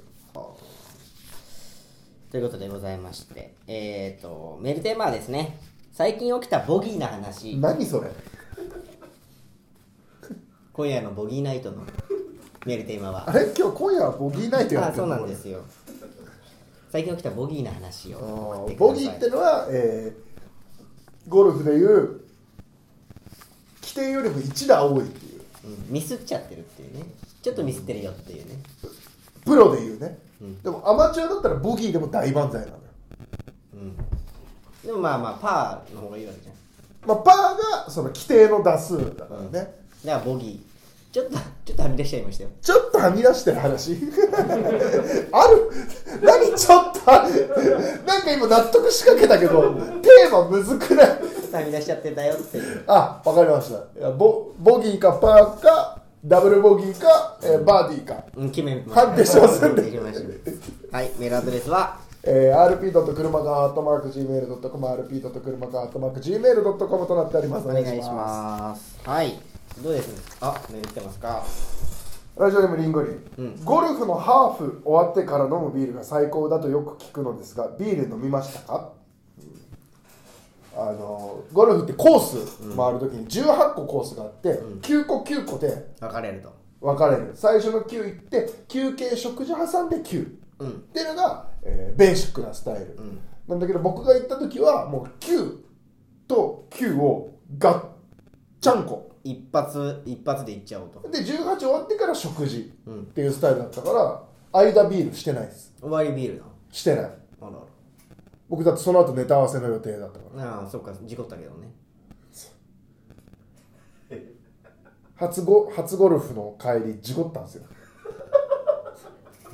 Speaker 1: ということでございましてえっ、ー、とメールテーマはですね最近起きたボギーな話
Speaker 2: 何それ
Speaker 1: 今夜のボギーナイトのメールテーマは
Speaker 2: あれ今日今夜はボギーナイトや
Speaker 1: あ
Speaker 2: って
Speaker 1: そ
Speaker 2: る
Speaker 1: う
Speaker 2: の
Speaker 1: なんですよ最近起きたボギーな話を
Speaker 2: あ
Speaker 1: 送って
Speaker 2: ー
Speaker 1: くださ
Speaker 2: ボ
Speaker 1: い
Speaker 2: ギーってのは、えーゴルフでいう規定よりも1打多いっていう
Speaker 1: うんミスっちゃってるっていうねちょっとミスってるよっていうね
Speaker 2: プロでいうね、
Speaker 1: うん
Speaker 2: でもアマチュアだったらボギーでも大万歳なのよ、
Speaker 1: うんでもまあまあパーの方がいいわけじゃん
Speaker 2: まあ、パーがその規定の打数だからね、
Speaker 1: だからボギーちょっとちょっとはみ出しちゃいましたよ
Speaker 2: ちょっとはみ出してる話 ある何ちょっとなんか今納得しかけたけどテーマむずくない
Speaker 1: ちょっとはみ出しちゃってたよっていう
Speaker 2: あわかりましたいやボボギーかパーかダブルボギーか、えーバーディーか
Speaker 1: うん決めま
Speaker 2: 判定しますんで
Speaker 1: 判定しましょうはいメールアドレスは
Speaker 2: えー、rp. と車が atmarkgmail.com rp. と車が atmarkgmail.com となっております
Speaker 1: お願いしますはいどうですあメール来てますか
Speaker 2: ラジオネームリンゴリン、
Speaker 1: うん
Speaker 2: ゴルフのハーフ終わってから飲むビールが最高だとよく聞くのですがビール飲みましたか、あのゴルフってコース回るときに18個コースがあって、9個9個で
Speaker 1: 分かれると
Speaker 2: 分かれる最初の9行って休憩食事挟んで9、
Speaker 1: うん
Speaker 2: っていうのが、えーベーシックなスタイル、
Speaker 1: ん
Speaker 2: なんだけど僕が行った時はもう9と9をガッチャンコ
Speaker 1: 一発一発でいっちゃおうと
Speaker 2: で18終わってから食事
Speaker 1: うん
Speaker 2: っていうスタイルだったから、間ビールしてないです
Speaker 1: 終わりビールだ
Speaker 2: してない
Speaker 1: あら
Speaker 2: 僕だってその後ネタ合わせの予定だったか
Speaker 1: あらああそっか事故ったけどね
Speaker 2: ら初ゴ初ゴルフの帰り事故ったんですよ、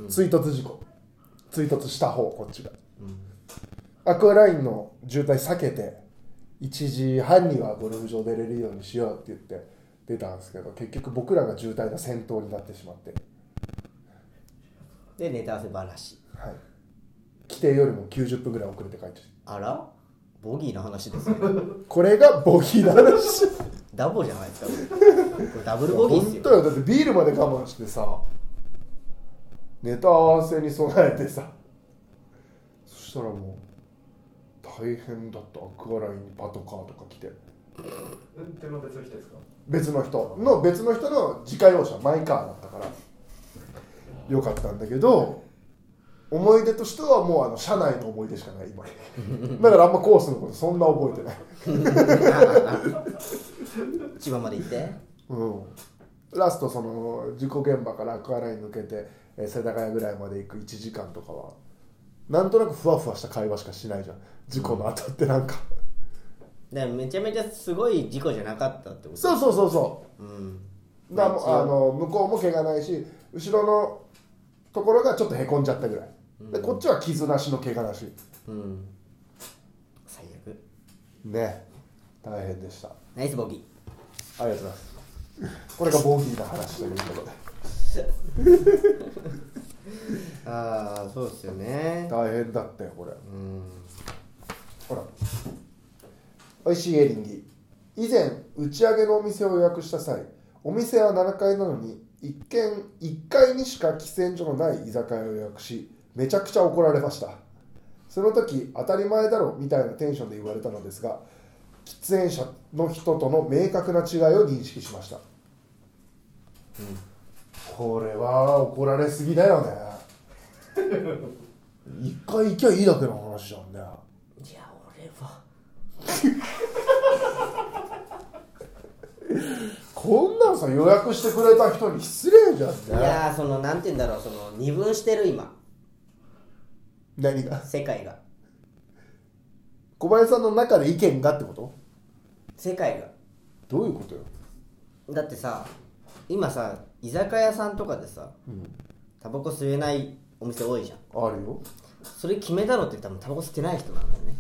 Speaker 2: 追突事故追突した方こっちが、アクアラインの渋滞避けて1時半にはゴルフ場出れるようにしようって言って出たんですけど結局僕らが渋滞の先頭になってしまって、
Speaker 1: でネタ合わせばらし
Speaker 2: はい、規定よりも90分ぐらい遅れて帰ってきて
Speaker 1: あらボギーの話です ね
Speaker 2: これがボギーな話
Speaker 1: ダボじゃないですかこれこれダブルボギーです
Speaker 2: 本当
Speaker 1: よ
Speaker 2: よだってビールまで我慢してさネタ合わせに備えてさそしたらもう大変だったアクアラインにパトカーとか来て
Speaker 3: 運転の別の人ですか
Speaker 2: 別の人の別の人の自家用車マイカーだったからよかったんだけど思い出としてはもうあの車内の思い出しかない今だからあんまコースのことそんな覚えてない
Speaker 1: 千葉まで行って
Speaker 2: うん、ラストその事故現場からアクアライン抜けて、えー世田谷ぐらいまで行く1時間とかはなんとなくふわふわした会話しかしないじゃん事故の後ってなんか、
Speaker 1: でめちゃめちゃすごい事故じゃなかったってこと
Speaker 2: そうそうそうそ
Speaker 1: うん
Speaker 2: うだから
Speaker 1: まあ
Speaker 2: あの向こうも怪我ないし後ろのところがちょっとへこんじゃったぐらいでこっちは傷なしの怪我なし
Speaker 1: うん最悪
Speaker 2: ね大変でしたあ
Speaker 1: ナイスボギ
Speaker 2: りがとうございますこれがボギーな話ということ で
Speaker 1: ーああそうですよね
Speaker 2: 大変だったよこれ
Speaker 1: うん
Speaker 2: ほら美味しいエリンギ以前打ち上げのお店を予約した際お店は7階なのに一見1階にしか喫煙所のない居酒屋を予約しめちゃくちゃ怒られましたその時当たり前だろみたいなテンションで言われたのですが喫煙者の人との明確な違いを認識しました、これは怒られすぎだよね1回行きゃいいだけの話じゃんね
Speaker 1: いや俺は
Speaker 2: こんなんさ予約してくれた人に失礼じゃん
Speaker 1: い
Speaker 2: ね
Speaker 1: やーそのなんて言うんだろうその二分してる今
Speaker 2: 何が
Speaker 1: 世界が
Speaker 2: 小林さんの中で意見がってこと
Speaker 1: 世界が
Speaker 2: どういうことよ、
Speaker 1: だってさ今さ居酒屋さんとかでさタバコ吸えないお店多いじゃん
Speaker 2: あるよ
Speaker 1: それ決めたのって多分タバコ吸ってない人なんだよね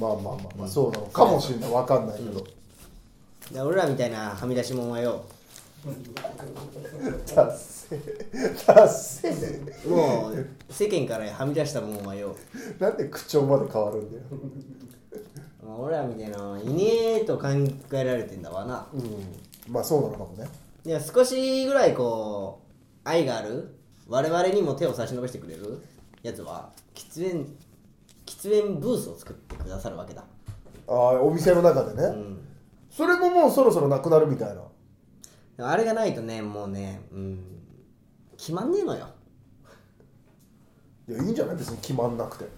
Speaker 2: まあまあまあまあそうなのかもしれないわかんないけど、
Speaker 1: で俺らみたいなはみ出しもんはよ
Speaker 2: 達成達成
Speaker 1: もう世間からはみ出したもんはよ
Speaker 2: なんで口調まで変わるんだよ、
Speaker 1: もう俺らみたいなのはいねえと考えられてんだわな
Speaker 2: うん、まあそうなのかもね
Speaker 1: でも少しぐらいこう愛がある我々にも手を差し伸べしてくれるやつは喫煙喫煙ブースを作ってくださるわけだ
Speaker 2: ああお店の中でね、
Speaker 1: うん
Speaker 2: それももうそろそろなくなるみたいな
Speaker 1: でもあれがないとねもうねうん決まんねえのよ
Speaker 2: いやいいんじゃない別に決まんなくて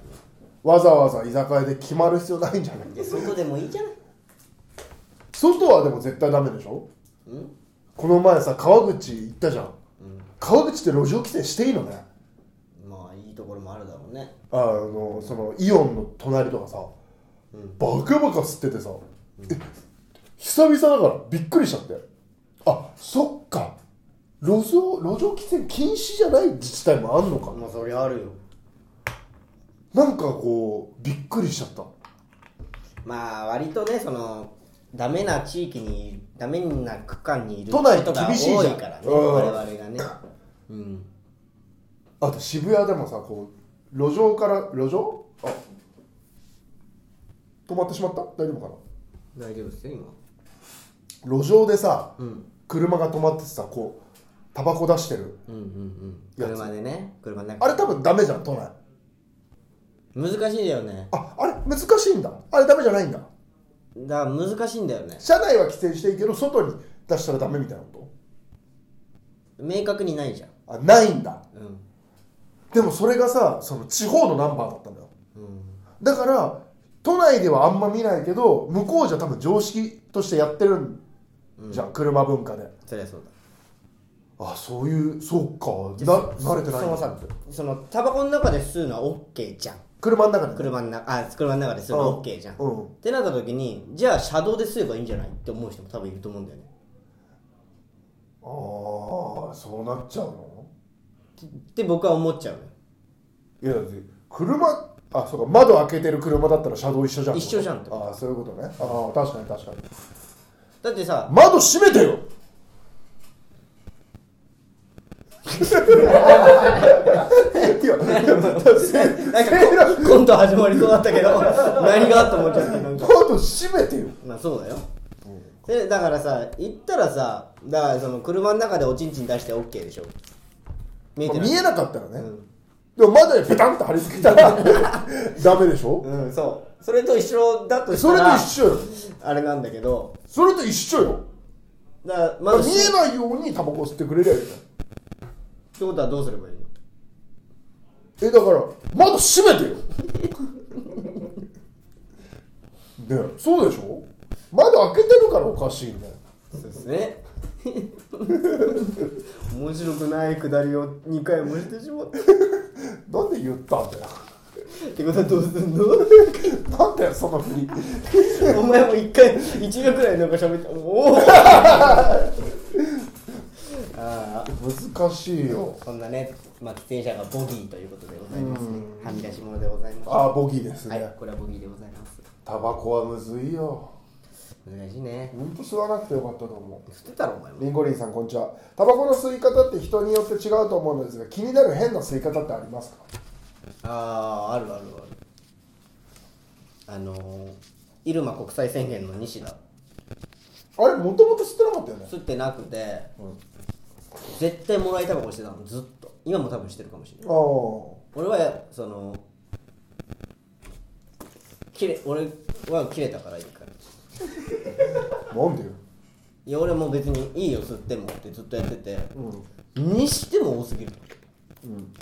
Speaker 2: わざわざ居酒屋で決まる必要ないんじゃない
Speaker 1: で外でもいいじゃない
Speaker 2: 外はでも絶対ダメでしょ
Speaker 1: うん
Speaker 2: この前さ川口行ったじゃん、川口って路上規制していいのね
Speaker 1: まあいいところもあるだろうね
Speaker 2: あのそのイオンの隣とかさ、バカバカ吸っててさ、え久々だからびっくりしちゃってあそっか路上路上喫煙禁止じゃない自治体もあんのか
Speaker 1: まあそりゃあるよ
Speaker 2: なんかこうびっくりしちゃった
Speaker 1: まあ割とねそのダメな地域にダメな区間にいる
Speaker 2: 都内
Speaker 1: 人が
Speaker 2: 厳しいじゃん
Speaker 1: 多いからね
Speaker 2: うん
Speaker 1: 我々がねうん
Speaker 2: あと渋谷でもさこう路上から路上あ止まってしまった大丈夫か
Speaker 1: 大丈夫ですよ今
Speaker 2: な路上でさ、
Speaker 1: うん
Speaker 2: 車が止まっててさこうタバコ出してる
Speaker 1: うんうんうん
Speaker 2: やつ
Speaker 1: 車でね車の中
Speaker 2: あれ多分ダメじゃん都内
Speaker 1: 難しいんだよね
Speaker 2: ああれ難しいんだあれダメじゃないんだ
Speaker 1: だから難しいんだよね
Speaker 2: 車内は規制していいけど外に出したらダメみたいなこ
Speaker 1: 明確にないじゃん
Speaker 2: とあないんだ
Speaker 1: うん
Speaker 2: でもそれがさその地方のナンバーだったんだよ
Speaker 1: うん
Speaker 2: だから都内ではあんま見ないけど向こうじゃ多分常識としてやってるんじゃん、車文化で
Speaker 1: そりゃそうだ
Speaker 2: あそういうそうかな
Speaker 1: そ
Speaker 2: 慣れてない
Speaker 1: そのさそのタバコの中で吸うのはオッケーじゃん
Speaker 2: 車の中で
Speaker 1: 車の中あ車の中で吸うのはオッケーじゃん、
Speaker 2: う
Speaker 1: っ
Speaker 2: ん
Speaker 1: てなった時にじゃあ車道で吸えばいいんじゃないって思う人も多分いると思うんだよね
Speaker 2: ああそうなっちゃうの
Speaker 1: って僕は思っちゃうのよ
Speaker 2: いやだって車あそうか窓開けてる車だったら車道一緒じゃん
Speaker 1: 一緒じゃんってこと
Speaker 2: ああそういうことねああ確かに確かに
Speaker 1: だってさ
Speaker 2: 窓閉めてよ
Speaker 1: なん
Speaker 2: いやいや
Speaker 1: かコント始まりそうだったけど 何がと思っちゃったなんか
Speaker 2: 窓閉めてよ
Speaker 1: まあそうだよ、でだからさ行ったらさだからその車の中でおちんちん出して OK でしょ見えてない
Speaker 2: 見えなかったらね、
Speaker 1: ん
Speaker 2: でも窓にペタンと貼り付けた らダメでしょ、
Speaker 1: うんそうそれと一緒だとし
Speaker 2: そ
Speaker 1: た
Speaker 2: れと
Speaker 1: ら
Speaker 2: 一緒よ
Speaker 1: あれなんだけど
Speaker 2: それと一緒よ
Speaker 1: だからま
Speaker 2: 見
Speaker 1: ず
Speaker 2: え
Speaker 1: っ
Speaker 2: ないようにタバコ吸ってくれりゃいいじ
Speaker 1: てことはどうすればいいの
Speaker 2: ゃんえだから窓閉めてよねえそうでしょ窓開けてるからおかしいんだよ
Speaker 1: そうです ね面白くないくだりを2回もしてしまったっ
Speaker 2: なんで言ったんだよ
Speaker 1: てことはどうすんの
Speaker 2: なんだよその振り
Speaker 1: お前も1回1秒くらいなんか喋っておお ああ
Speaker 2: 難しいよ
Speaker 1: そんなね、まあ、喫煙者がボギーということでございますねはみ出し物でございます
Speaker 2: ああボギーです
Speaker 1: は
Speaker 2: ね、
Speaker 1: いこれはボギーでございます
Speaker 2: タバコはむずいよ
Speaker 1: 難しいね
Speaker 2: ほんと吸わなくてよかったと思う
Speaker 1: 吸ってたろお前も
Speaker 2: リンゴリンさんこんにちはタバコの吸い方って人によって違うと思うのですが気になる変な吸い方ってありますか
Speaker 1: あああるあるあるあのー入間国際宣言の西田
Speaker 2: あれもともと吸ってなかったよね
Speaker 1: 吸ってなくて
Speaker 2: うん
Speaker 1: 絶対もらいタバコしてたのずっと今も多分してるかもしれない
Speaker 2: ああ
Speaker 1: 俺はその切れ俺は切れたからいいから
Speaker 2: なんでよ
Speaker 1: いや俺も別にいいよ吸ってもってずっとやってて
Speaker 2: うん
Speaker 1: にしても多すぎる
Speaker 2: うん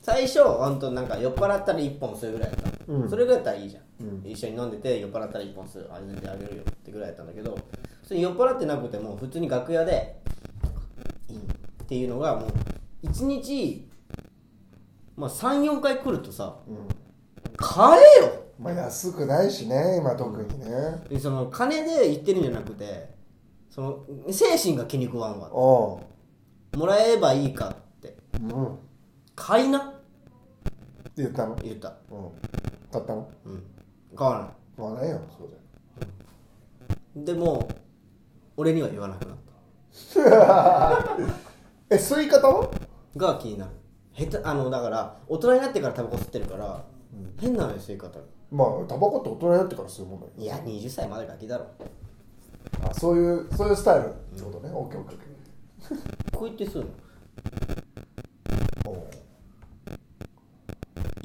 Speaker 1: 最初本当なんか酔っ払ったら1本吸うぐらいだった、
Speaker 2: うん
Speaker 1: それぐらいだったらいいじゃん、
Speaker 2: うん
Speaker 1: 一緒に飲んでて酔っ払ったら1本吸うあ全然あげるよってぐらいだったんだけどそれ酔っ払ってなくても普通に楽屋でいいっていうのがもう1日、まあ、34回来るとさ
Speaker 2: うん
Speaker 1: 買えよ
Speaker 2: まあ安くないしね今特にね、
Speaker 1: でその金で言ってるんじゃなくてその精神が気に食わんわ
Speaker 2: あ
Speaker 1: もらえばいいかって
Speaker 2: あうんって
Speaker 1: 買いなって
Speaker 2: 言ったの
Speaker 1: 言った
Speaker 2: うん買ったの
Speaker 1: うん買わない
Speaker 2: 買わないよそうだよ
Speaker 1: でも俺には言わなくなった
Speaker 2: え吸い方は
Speaker 1: が気になる下手あのだから大人になってからタバコ吸ってるから、変なのよ吸い方
Speaker 2: まあタバコって大人になってから吸うもんだよ
Speaker 1: いや20歳までガキだろ
Speaker 2: あそういうそういうスタイルってことね、オッケーオッケー
Speaker 1: こう言って吸うの
Speaker 2: オッケー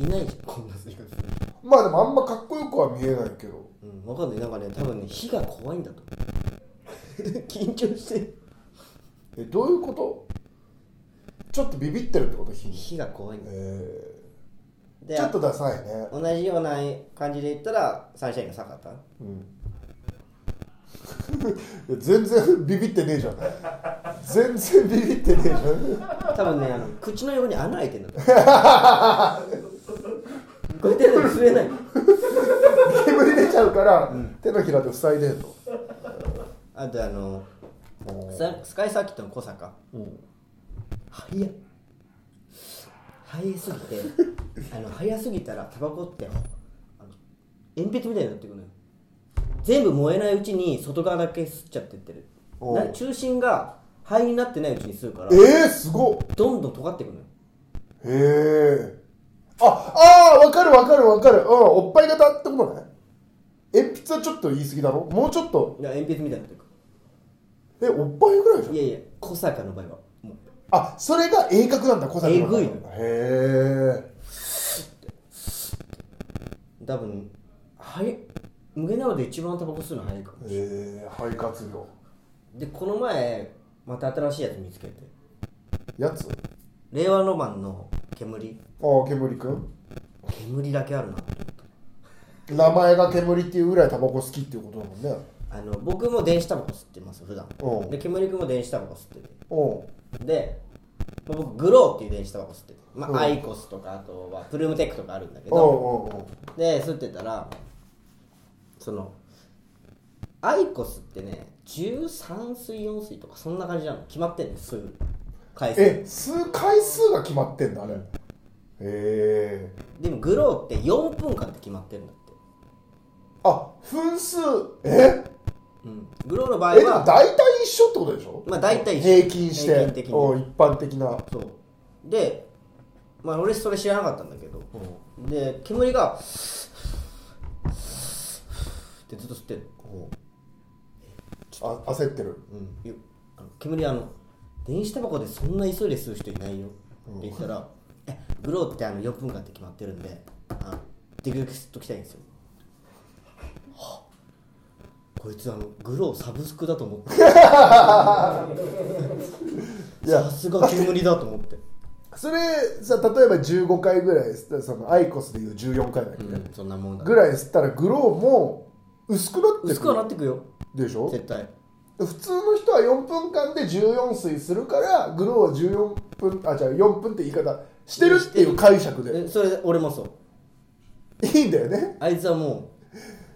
Speaker 2: お
Speaker 1: い
Speaker 2: う
Speaker 1: ないじゃんこんな吸い方する
Speaker 2: まあでもあんまかっこよくは見えないけど
Speaker 1: うん分かんないなんかね多分ね火が怖いんだと 思う緊張して
Speaker 2: えどういうことちょっとビビってるってこと日に、
Speaker 1: 火が怖いんだ
Speaker 2: えー、
Speaker 1: で
Speaker 2: ちょっとダサいね
Speaker 1: 同じような感じで言ったらサンシャインが坂田
Speaker 2: うん いや全然ビビってねえじゃん全然ビビってねえじゃん
Speaker 1: 多分ねあの口の横に穴開いてんだと思うこうやってやると吸えない
Speaker 2: 煙出ちゃうから、手のひらで塞いでんの
Speaker 1: あとあの
Speaker 2: もう
Speaker 1: さスカイサーキットの小坂
Speaker 2: うん
Speaker 1: 早い早すぎてあの早すぎたらタバコってあの鉛筆みたいになってくるのよ全部燃えないうちに外側だけ吸っちゃってってる
Speaker 2: おう
Speaker 1: な中心が灰になってないうちに吸うから
Speaker 2: えー、すごっ
Speaker 1: どんどん尖ってくるのよ
Speaker 2: へえああーわかるわかるわかるうんおっぱい型ってことね鉛筆はちょっと言い過ぎだろもうちょっと
Speaker 1: だから鉛筆みたいになってく
Speaker 2: えおっぱいぐらいじゃん
Speaker 1: るいやいや小坂の場合はもう
Speaker 2: あそれが鋭角なんだ小坂の
Speaker 1: えぐいの
Speaker 2: へえ
Speaker 1: 多分はい無限なので一番タバコ吸うの早いかも
Speaker 2: えー、肺活量
Speaker 1: でこの前また新しいやつ見つけて
Speaker 2: やつ
Speaker 1: 令和ロマンの煙
Speaker 2: ああ煙くん
Speaker 1: 煙だけあるなと思った
Speaker 2: 名前が煙っていうぐらいタバコ好きっていうことだもんね
Speaker 1: あの僕も電子タバコ吸ってます普段
Speaker 2: うん
Speaker 1: で煙くんも電子タバコ吸ってて
Speaker 2: お
Speaker 1: でまあ僕グローっていう電子タバコ吸ってて、ま
Speaker 2: うん
Speaker 1: あ、アイコスとかあとはプルームテックとかあるんだけ
Speaker 2: おお
Speaker 1: ど
Speaker 2: うおう
Speaker 1: で吸ってたらそのアイコスってね13水4水とかそんな感じなの決まってんの吸う回数
Speaker 2: え数回数が決まってんだあれへえ
Speaker 1: でもグローって4分間って決まってるんだって
Speaker 2: あ分数え
Speaker 1: うんグローの場合
Speaker 2: えでも
Speaker 1: は
Speaker 2: 大体一緒ってことでしょ
Speaker 1: まあ大体一緒
Speaker 2: 平均して
Speaker 1: 平均的に
Speaker 2: おう一般的な
Speaker 1: そうでまあ俺それ知らなかったんだけどで煙が ってずっと吸ってる
Speaker 2: おうあ焦ってる
Speaker 1: うん、ゆあの煙あの電子タバコでそんな急いで吸う人いないよって言ったら「えグローってあの4分間って決まってるんであのできるだけ吸っときたいんですよ」はあこいつあのグローサブスクだと思って
Speaker 2: いや
Speaker 1: さすが煙だと思って
Speaker 2: それさ例えば15回ぐらい吸ったそのアイコスでいう14回だっけ、
Speaker 1: うんそんなもんだ
Speaker 2: ぐらい吸ったらグローも薄くなってくる
Speaker 1: 薄くはなってくよ
Speaker 2: でしょ
Speaker 1: 絶対
Speaker 2: 普通の人は4分間で14水するからグローは14分あじゃあ4分って言い方してるっていう解釈で
Speaker 1: えそれ俺もそう
Speaker 2: いいんだよね
Speaker 1: あいつはも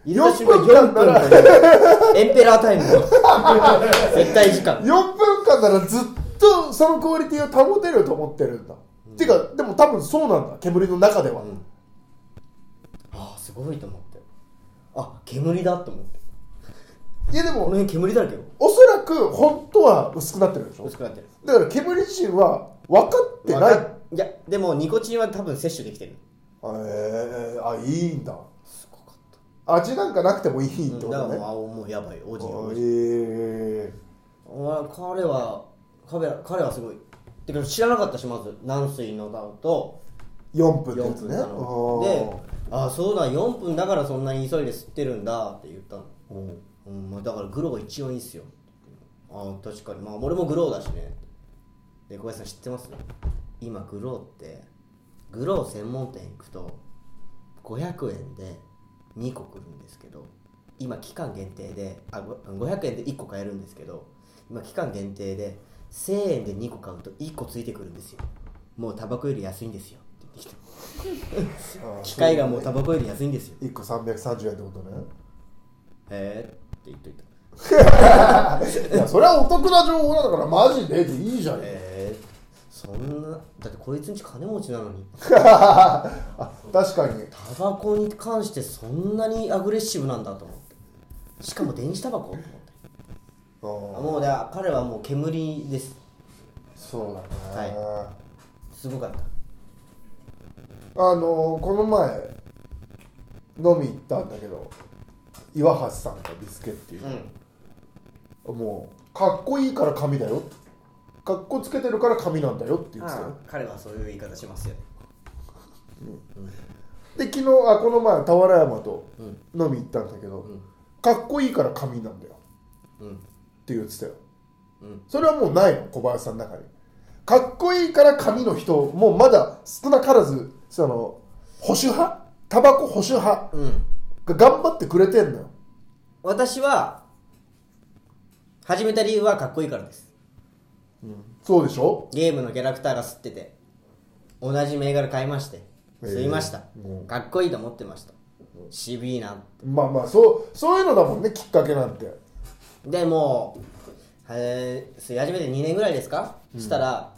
Speaker 1: う
Speaker 2: 4分間なら
Speaker 1: 4分間でエンペラータイムよ絶対時間
Speaker 2: 4分間ならずっとそのクオリティを保てると思ってるんだ、ていうかでも多分そうなんだ煙の中では、
Speaker 1: うんああすごいと思ってあ煙だと思って
Speaker 2: いやで
Speaker 1: この
Speaker 2: も
Speaker 1: 辺煙だらけよ
Speaker 2: おそらく本当は薄くなってるでしょ
Speaker 1: 薄くなってる
Speaker 2: だから煙自身は分かってない
Speaker 1: わかっいやでもニコチンは多分摂取できてる
Speaker 2: えー、あいいんだ
Speaker 1: すごかった
Speaker 2: 味なんかなくてもいいって
Speaker 1: だ
Speaker 2: こ
Speaker 1: からもう
Speaker 2: とね
Speaker 1: あもうやばいおじいお
Speaker 2: あ
Speaker 1: じい
Speaker 2: え
Speaker 1: お前彼は彼は彼はすごいてか知らなかったしまず軟水のだと
Speaker 2: ー、4分って
Speaker 1: 4
Speaker 2: やつ
Speaker 1: 分
Speaker 2: ね
Speaker 1: なのでああそうだ4分だからそんなに急いで吸ってるんだって言ったの
Speaker 2: あーうん
Speaker 1: うんまあ、だからグローが一番いいっすよああ確かにまあ俺もグローだしねで小林さん知ってます今グローってグロー専門店行くと500円で2個来るんですけど今期間限定であご500円で1個買えるんですけど今期間限定で1000円で2個買うと1個ついてくるんですよもうタバコより安いんですよって言ってきた
Speaker 2: あー
Speaker 1: 機械がもうタバコより安いんですよ
Speaker 2: 1個330円ってことね
Speaker 1: へえって言っといた
Speaker 2: いやそれはお得な情報なんだからマジででいいじゃん、
Speaker 1: えー、そんなだってこいつんち金持ちなのに
Speaker 2: あ確かに
Speaker 1: タバコに関してそんなにアグレッシブなんだと思ってしかも電子タバコと思ってあ
Speaker 2: あー
Speaker 1: もうね彼はもう煙です
Speaker 2: そうだね、
Speaker 1: はすごかった
Speaker 2: あのーこの前飲み行ったんだけど岩橋さんとビスケっていう、
Speaker 1: う
Speaker 2: もうかっこいいから髪だよかっこつけてるから髪なんだよって言ってたよ
Speaker 1: 彼はそういう言い方しますよね
Speaker 2: で昨日あこの前俵山と
Speaker 1: うん
Speaker 2: 飲み行ったんだけど、
Speaker 1: ん
Speaker 2: かっこいいから髪なんだよ
Speaker 1: うん
Speaker 2: って言ってたよ、
Speaker 1: うん
Speaker 2: それはもうないの小林さんの中にかっこいいから髪の人もうまだ少なからずその保守派タバコ保守派
Speaker 1: うん
Speaker 2: が頑張ってくれてんのよ
Speaker 1: 私は始めた理由はかっこいいからです
Speaker 2: そうでしょ
Speaker 1: ゲームのキャラクターが吸ってて同じ銘柄買いまして吸いました、
Speaker 2: えーうん
Speaker 1: かっこいいと思ってました渋いな
Speaker 2: まあまあそうそういうのだもんねきっかけなんて
Speaker 1: でもう、えー吸い始めて2年ぐらいですか、したら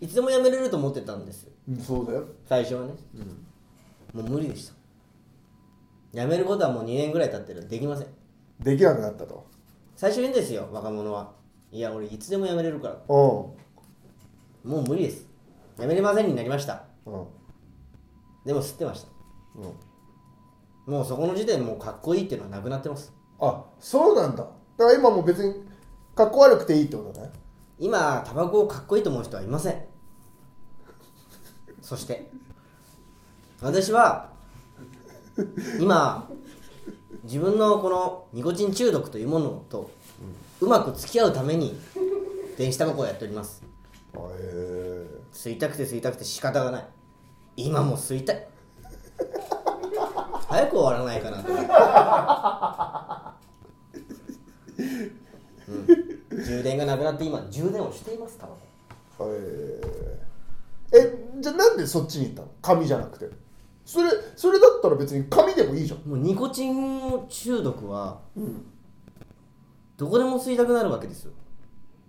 Speaker 1: いつでもやめれると思ってたんですよ
Speaker 2: うんそうだよ
Speaker 1: 最初はね、もう無理でしたやめることはもう2年ぐらい経ってるできません
Speaker 2: できなくなったと
Speaker 1: 最初言うんですよ若者はいや俺いつでもやめれるから
Speaker 2: う
Speaker 1: もう無理ですやめれませんになりました
Speaker 2: んうん
Speaker 1: でも吸ってました
Speaker 2: うん
Speaker 1: もうそこの時点でもうかっこいいっていうのはなくなってます
Speaker 2: あそうなんだだから今もう別にかっこ悪くていいってことね
Speaker 1: 今タバコをかっこいいと思う人はいませんそして私は今自分のこのニコチン中毒というものとうまく付き合うために電子タバコをやっております
Speaker 2: あへえ
Speaker 1: 吸いたくて吸いたくて仕方がない今もう吸いたい早く終わらないかなと思って、うん、充電がなくなって今充電をしていますタバコ
Speaker 2: ええじゃあなんでそっちに行ったの紙じゃなくてそれそれだったら別に紙でもいいじゃん
Speaker 1: もうニコチンの中毒は、どこでも吸いたくなるわけですよ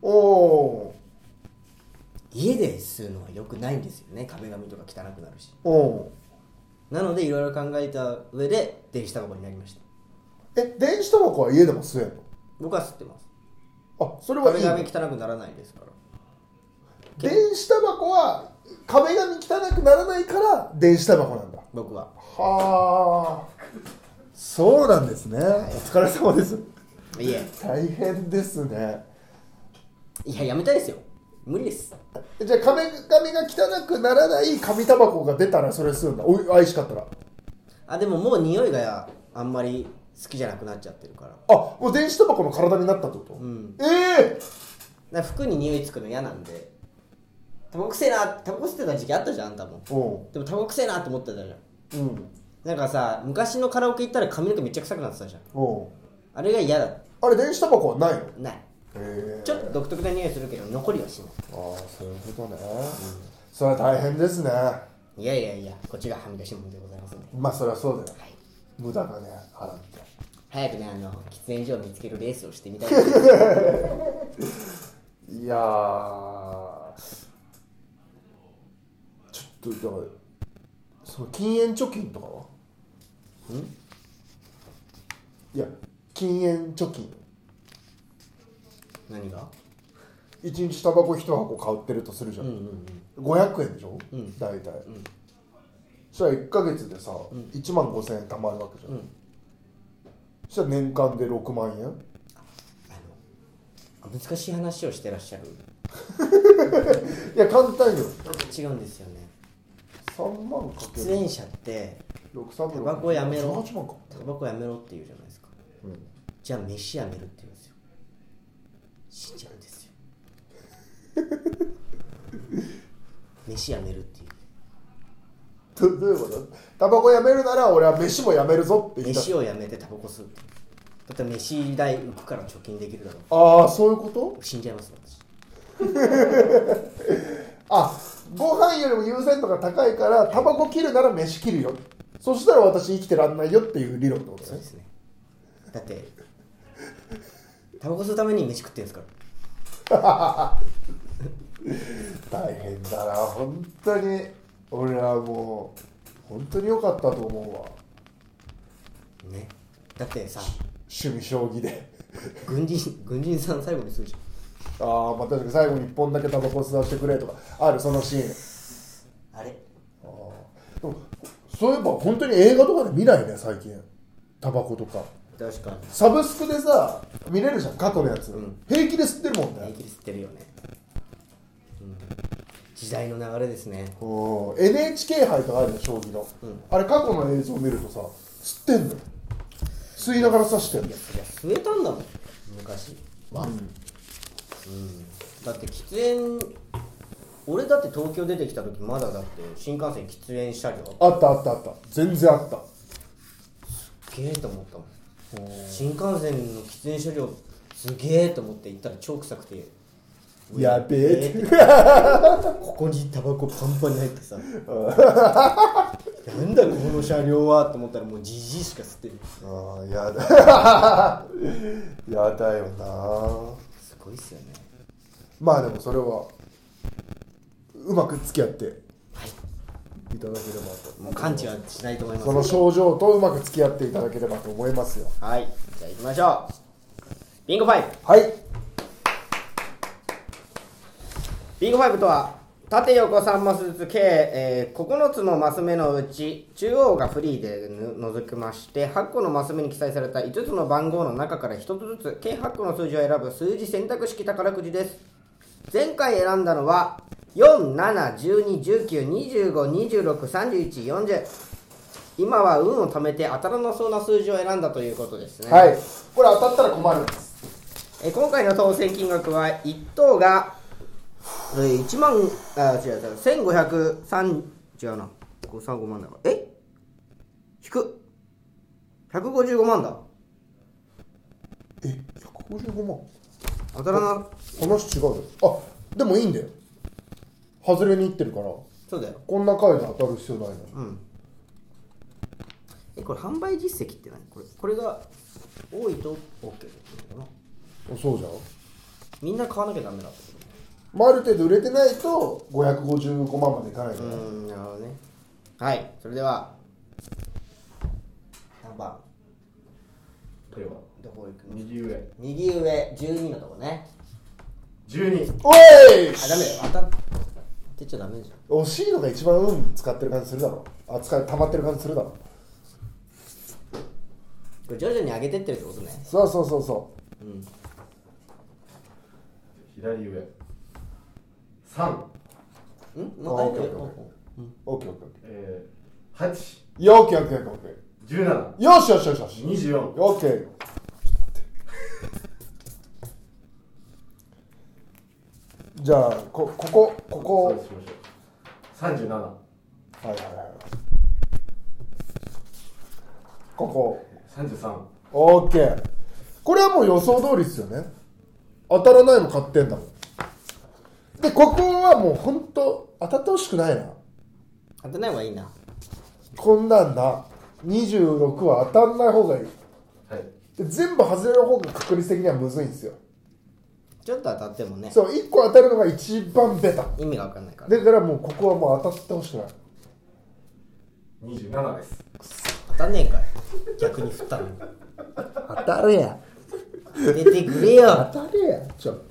Speaker 2: おお
Speaker 1: 家で吸うのは良くないんですよね壁紙とか汚くなるし
Speaker 2: ーお
Speaker 1: なのでいろいろ考えた上で電子タバコになりました
Speaker 2: ーえ電子タバコは家でも吸えん
Speaker 1: 僕は吸ってます
Speaker 2: のあそれは
Speaker 1: 壁
Speaker 2: いい
Speaker 1: 紙
Speaker 2: の
Speaker 1: 汚くならないですから
Speaker 2: 電子タバコは壁紙汚くならないから電子タバコなんだ
Speaker 1: 僕は
Speaker 2: はあそうなんですね、お疲れ様です
Speaker 1: いえ
Speaker 2: 大変ですね
Speaker 1: いややめたいですよ無理です
Speaker 2: じゃあ壁紙が汚くならない紙タバコが出たらそれ吸うんだおい愛しかったら
Speaker 1: あでももう匂いがあんまり好きじゃなくなっちゃってるからだか
Speaker 2: あもう電子タバコの体になったってこと、
Speaker 1: ん
Speaker 2: ええ
Speaker 1: ら服に匂いつくの嫌なんでタバコ臭いなタバコ吸ってた時期あったじゃんあんたも
Speaker 2: う
Speaker 1: でもタバコ臭いなって思ってたじゃん
Speaker 2: んうん
Speaker 1: なんかさ昔のカラオケ行ったら髪の毛めっちゃ臭くなってたじゃん
Speaker 2: うん
Speaker 1: あれが嫌だ
Speaker 2: あれ電子タバコはないの
Speaker 1: ない
Speaker 2: ええ
Speaker 1: ちょっと独特な匂いするけど残りはしな
Speaker 2: ああそういうことね、それは大変ですね
Speaker 1: いいやいやいやこっちがはみ出し物でございますんで
Speaker 2: まあそれはそうだよ、
Speaker 1: はい
Speaker 2: 無駄がね払って
Speaker 1: 早くねあの喫煙所を見つけるレースをしてみたいです
Speaker 2: いやーちょっとだからその禁煙貯金とかはんいや禁煙貯金
Speaker 1: 何が
Speaker 2: 1日タバコ1箱買ってるとするじゃん,、500円でしょ、大体、そしたら1か月でさ、1万5000円貯まるわけじゃん、そしたら年間で6万円
Speaker 1: あの難しい話をしてらっしゃる
Speaker 2: いや簡単
Speaker 1: 違
Speaker 2: よ
Speaker 1: うんですよね
Speaker 2: 3万かけ
Speaker 1: 喫
Speaker 2: る
Speaker 1: 煙者って
Speaker 2: 63
Speaker 1: タバコやめろ
Speaker 2: 18万か
Speaker 1: タバコやめろって言うじゃないですか、じゃあ飯やめるって言うんですよ死んじゃうんですよ飯やめるっていう
Speaker 2: どどういうことタバコやめるなら俺は飯もやめるぞって言った
Speaker 1: 飯をやめてタバコ吸うってだって飯代浮くから貯金できるだろ
Speaker 2: ああそういうこと
Speaker 1: う死んじゃいます私
Speaker 2: あご飯よりも優先度が高いからタバコ切るなら飯切るよそしたら私生きてらんないよっていう理論ってこと
Speaker 1: そう
Speaker 2: ね
Speaker 1: ですねだってタバコ吸うために飯食ってるんですから
Speaker 2: 大変だな本当に俺はもう本当に良かったと思うわ
Speaker 1: ねだってさ
Speaker 2: 趣味将棋で
Speaker 1: 軍人軍人さん最後に吸うじゃん
Speaker 2: ああまあ確かに最後に1本だけタバコ吸わせてくれとかあるそのシーン
Speaker 1: あれ
Speaker 2: でもそういえば本当に映画とかで見ないね最近タバコとか
Speaker 1: 確かに
Speaker 2: サブスクでさ見れるじゃん過去のやつ、平気で吸ってるもん
Speaker 1: 平
Speaker 2: ね
Speaker 1: 気で吸ってるよね、うん時代の流れですね
Speaker 2: うん NHK 杯とかあるじゃん将棋の、あれ過去の映像見るとさ吸ってんのよ吸いながら刺してんの
Speaker 1: いやいや吸えたんだもん昔は、うんだって喫煙俺だって東京出てきた時まだだって新幹線喫煙車両
Speaker 2: あったあったあった全然あった
Speaker 1: すげえと思ったもん新幹線の喫煙車両すげえと思って行ったら超臭くて
Speaker 2: やべえ
Speaker 1: えーって ここにタバコパンパンに入ってさなんだこの車両はと思ったらもうじじいしか吸ってる
Speaker 2: ああやだ やだよな
Speaker 1: すごいっすよね
Speaker 2: まあでもそれはうまく付き合って
Speaker 1: はい
Speaker 2: いただければと
Speaker 1: もう完治はしないと思います
Speaker 2: その症状とうまく付き合っていただければと思いますよ
Speaker 1: はいじゃあ行きましょうビンゴファイブ
Speaker 2: はい
Speaker 1: ビンゴファイブとは縦横3マスずつ計、えー9つのマス目のうち中央がフリーでぬ除きまして8個のマス目に記載された5つの番号の中から1つずつ計8個の数字を選ぶ数字選択式宝くじです前回選んだのは4 7 1 2 1 9 2 5 2 6 3 1 4 0今は運を貯めて当たらなそうな数字を選んだということですね、
Speaker 2: はいこれ当たったら困るんです
Speaker 1: えー今回の当選金額は1等がえー1万あ違う違う1503違うな535万だからえ引く155万だ
Speaker 2: え155万
Speaker 1: 当たらな
Speaker 2: 話違うよあでもいいんだよ外れに行ってるから
Speaker 1: そうだよ
Speaker 2: こんな回で当たる必要ないの
Speaker 1: うんえこれ販売実績って何これこれが多いと OK ってことかな
Speaker 2: あそうじゃん
Speaker 1: みんな買わなきゃダメだってこ
Speaker 2: まあ、ある程度売れてないと555万までいかないか
Speaker 1: と
Speaker 2: ら、
Speaker 1: んなるほどねはいそれでは何番
Speaker 3: これは
Speaker 1: どこ行く
Speaker 3: 右上
Speaker 1: 右上12のとこね
Speaker 3: 12
Speaker 2: おい
Speaker 1: あダメだよ当たってちゃダメじゃん
Speaker 2: 惜しいのが一番運使ってる感じするだろあ使い溜まってる感じするだろ
Speaker 1: これ徐々に上げてってるってことね
Speaker 2: そうそうそうそ
Speaker 1: うん
Speaker 3: 左上3
Speaker 1: うん
Speaker 2: う
Speaker 1: もう
Speaker 2: オ
Speaker 1: 一
Speaker 2: ッ
Speaker 1: 回
Speaker 2: ケ
Speaker 1: やっ
Speaker 2: ー
Speaker 1: て
Speaker 2: オッケーオッケーオッケーオッケ
Speaker 3: えー、8
Speaker 2: ーよーけーオッケーオッケーオッケ
Speaker 3: 十七、
Speaker 2: ーよしよしよしよし
Speaker 3: 二十四、
Speaker 2: オッケーじゃあこここここ
Speaker 3: そうしましょう。三十七、
Speaker 2: はいはいはいここ
Speaker 3: 三十三、
Speaker 2: オッケーこれはもう予想通りですよね当たらないの買ってんだもんでここはもう本当当たってほしくないな
Speaker 1: 当てない方がいいな
Speaker 2: こんなんだ26は当たんない方がいい
Speaker 3: はい、
Speaker 2: で全部外れる方が確率的にはむずいんですよ
Speaker 1: ちょっと当たってもね
Speaker 2: そう1個当たるのが一番ベタ
Speaker 1: 意味が分かんないから
Speaker 2: だからもうここはもう当たってほしくない
Speaker 3: 二十七です。
Speaker 1: 当たんねえんかい逆に振ったのに
Speaker 2: 当たるや
Speaker 1: 当ててくれよ
Speaker 2: 当たるやちょっと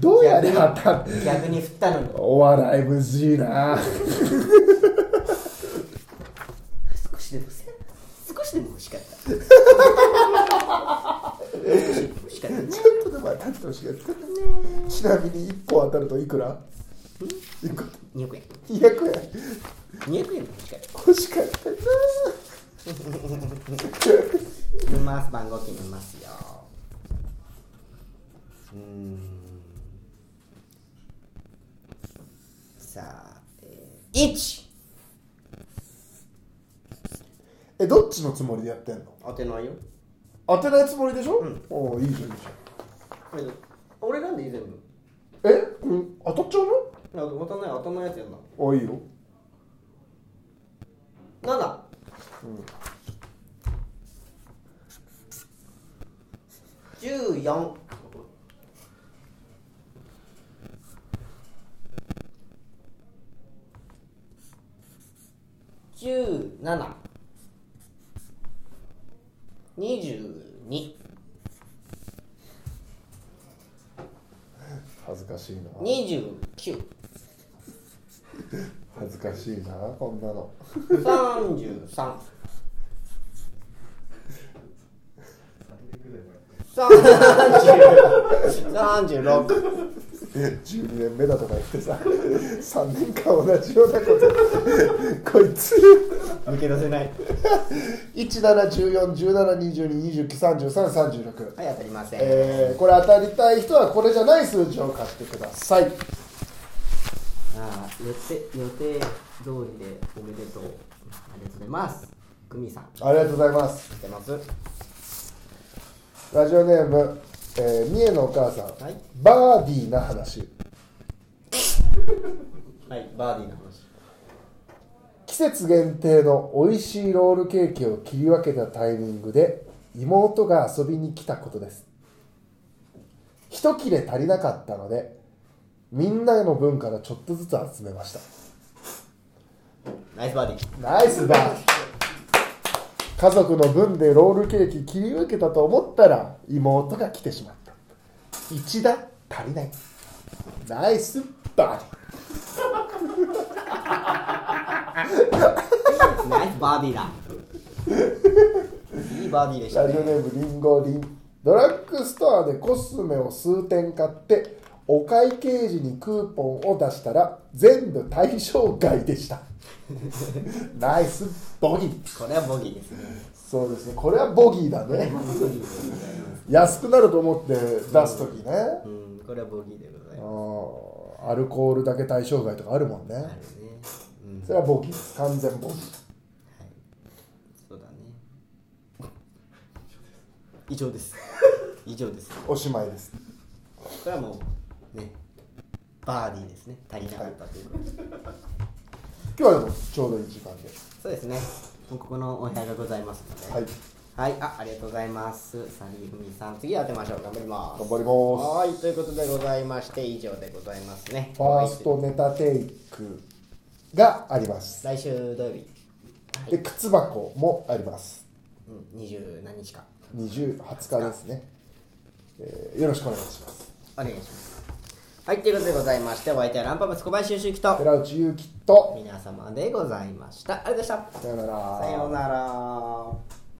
Speaker 2: どうやれ当たる
Speaker 1: 逆に振ったのに
Speaker 2: お笑いむずいな
Speaker 1: 少しでもせ少しでも欲しかった少 しでも欲しかったね
Speaker 2: ちょっとでも当たってほしいですちなみに1個当たるといくら一個
Speaker 1: 200円
Speaker 2: ?200 円
Speaker 1: 200円も欲しかった
Speaker 2: 欲しかったな
Speaker 1: 振ります番号決めますようーんさあ、えー、1
Speaker 2: えどっちのつもりでやってんの
Speaker 1: 当てないよ
Speaker 2: 当てないつもりでしょ、おおいいじゃんいいじ
Speaker 1: 俺なんでいい全部
Speaker 2: ゃんえこれ当たっちゃうの
Speaker 1: いや当たんない当たんないやつやんな
Speaker 2: あいいよ
Speaker 1: 7十四、十七、二十二、
Speaker 2: 恥ずかしいな
Speaker 1: 二十九、
Speaker 2: 恥ずかしいなこんなの
Speaker 1: 三十三、三十、三十六。
Speaker 2: 12年目だとか言ってさ3年間同じようなこと こいつ
Speaker 1: 抜け出せない。
Speaker 2: 17141722233336
Speaker 1: はい、当たりません。
Speaker 2: えーこれ当たりたい人はこれじゃない数字を貸してください
Speaker 1: ああ、予定、予定通りでおめでとう。ありがとうございます。グミさん、
Speaker 2: ありがとうございます
Speaker 1: 来てます。は
Speaker 2: ラジオネーム、えー、三重のお母さん、
Speaker 1: はい
Speaker 2: バーディーな話
Speaker 1: い、バーディーの話。
Speaker 2: 季節限定の美味しいロールケーキを切り分けたタイミングで妹が遊びに来たことです一切れ足りなかったのでみんなの分からちょっとずつ集めました
Speaker 1: ナイスバーディー。
Speaker 2: ナイスだ家族の分でロールケーキ切り分けたと思ったら妹が来てしまった一だ足りないナイスバ
Speaker 1: ナイスバー ディーだ。いいバーディーで
Speaker 2: デ
Speaker 1: し
Speaker 2: ィラ
Speaker 1: た
Speaker 2: ジオネ
Speaker 1: ね。
Speaker 2: ームリンゴリンドラッグストアでコスメを数点買ってお会計時にクーポンを出したら全部対象外でしたナイスボギー
Speaker 1: これはボギーですね
Speaker 2: そうですねこれはボギーだね安くなると思って出す時ね、
Speaker 1: うんこれはボギーでござい
Speaker 2: あ
Speaker 1: ま
Speaker 2: ーアルコールだけ対象外とかあるもん
Speaker 1: す
Speaker 2: ね、
Speaker 1: あるねうん
Speaker 2: それはボギー完全ボギー
Speaker 1: そうだね以上です以上ですこ
Speaker 2: おしまいです
Speaker 1: れはもうねバーディーですね足りなかったということで
Speaker 2: 今日はでもちょうどいい時間で
Speaker 1: そうですねもうここのお部屋がございますので
Speaker 2: は、
Speaker 1: はいはい、あありがとうございますサリーフミさん次当てましょう頑張ります
Speaker 2: 頑張ります
Speaker 1: はいということでございまして以上でございますね
Speaker 2: ファーストネタテイクがあります
Speaker 1: 来週土曜日、
Speaker 2: で靴箱もあります
Speaker 1: うん、20何日か
Speaker 2: 20、20日ですね、えーよろしくお願いします
Speaker 1: お願いしますはいということでございましてお相手はランパムス小林修之と
Speaker 2: 寺内ゆうきと
Speaker 1: 皆様でございましたありがとうございました
Speaker 2: さよなら
Speaker 1: さようなら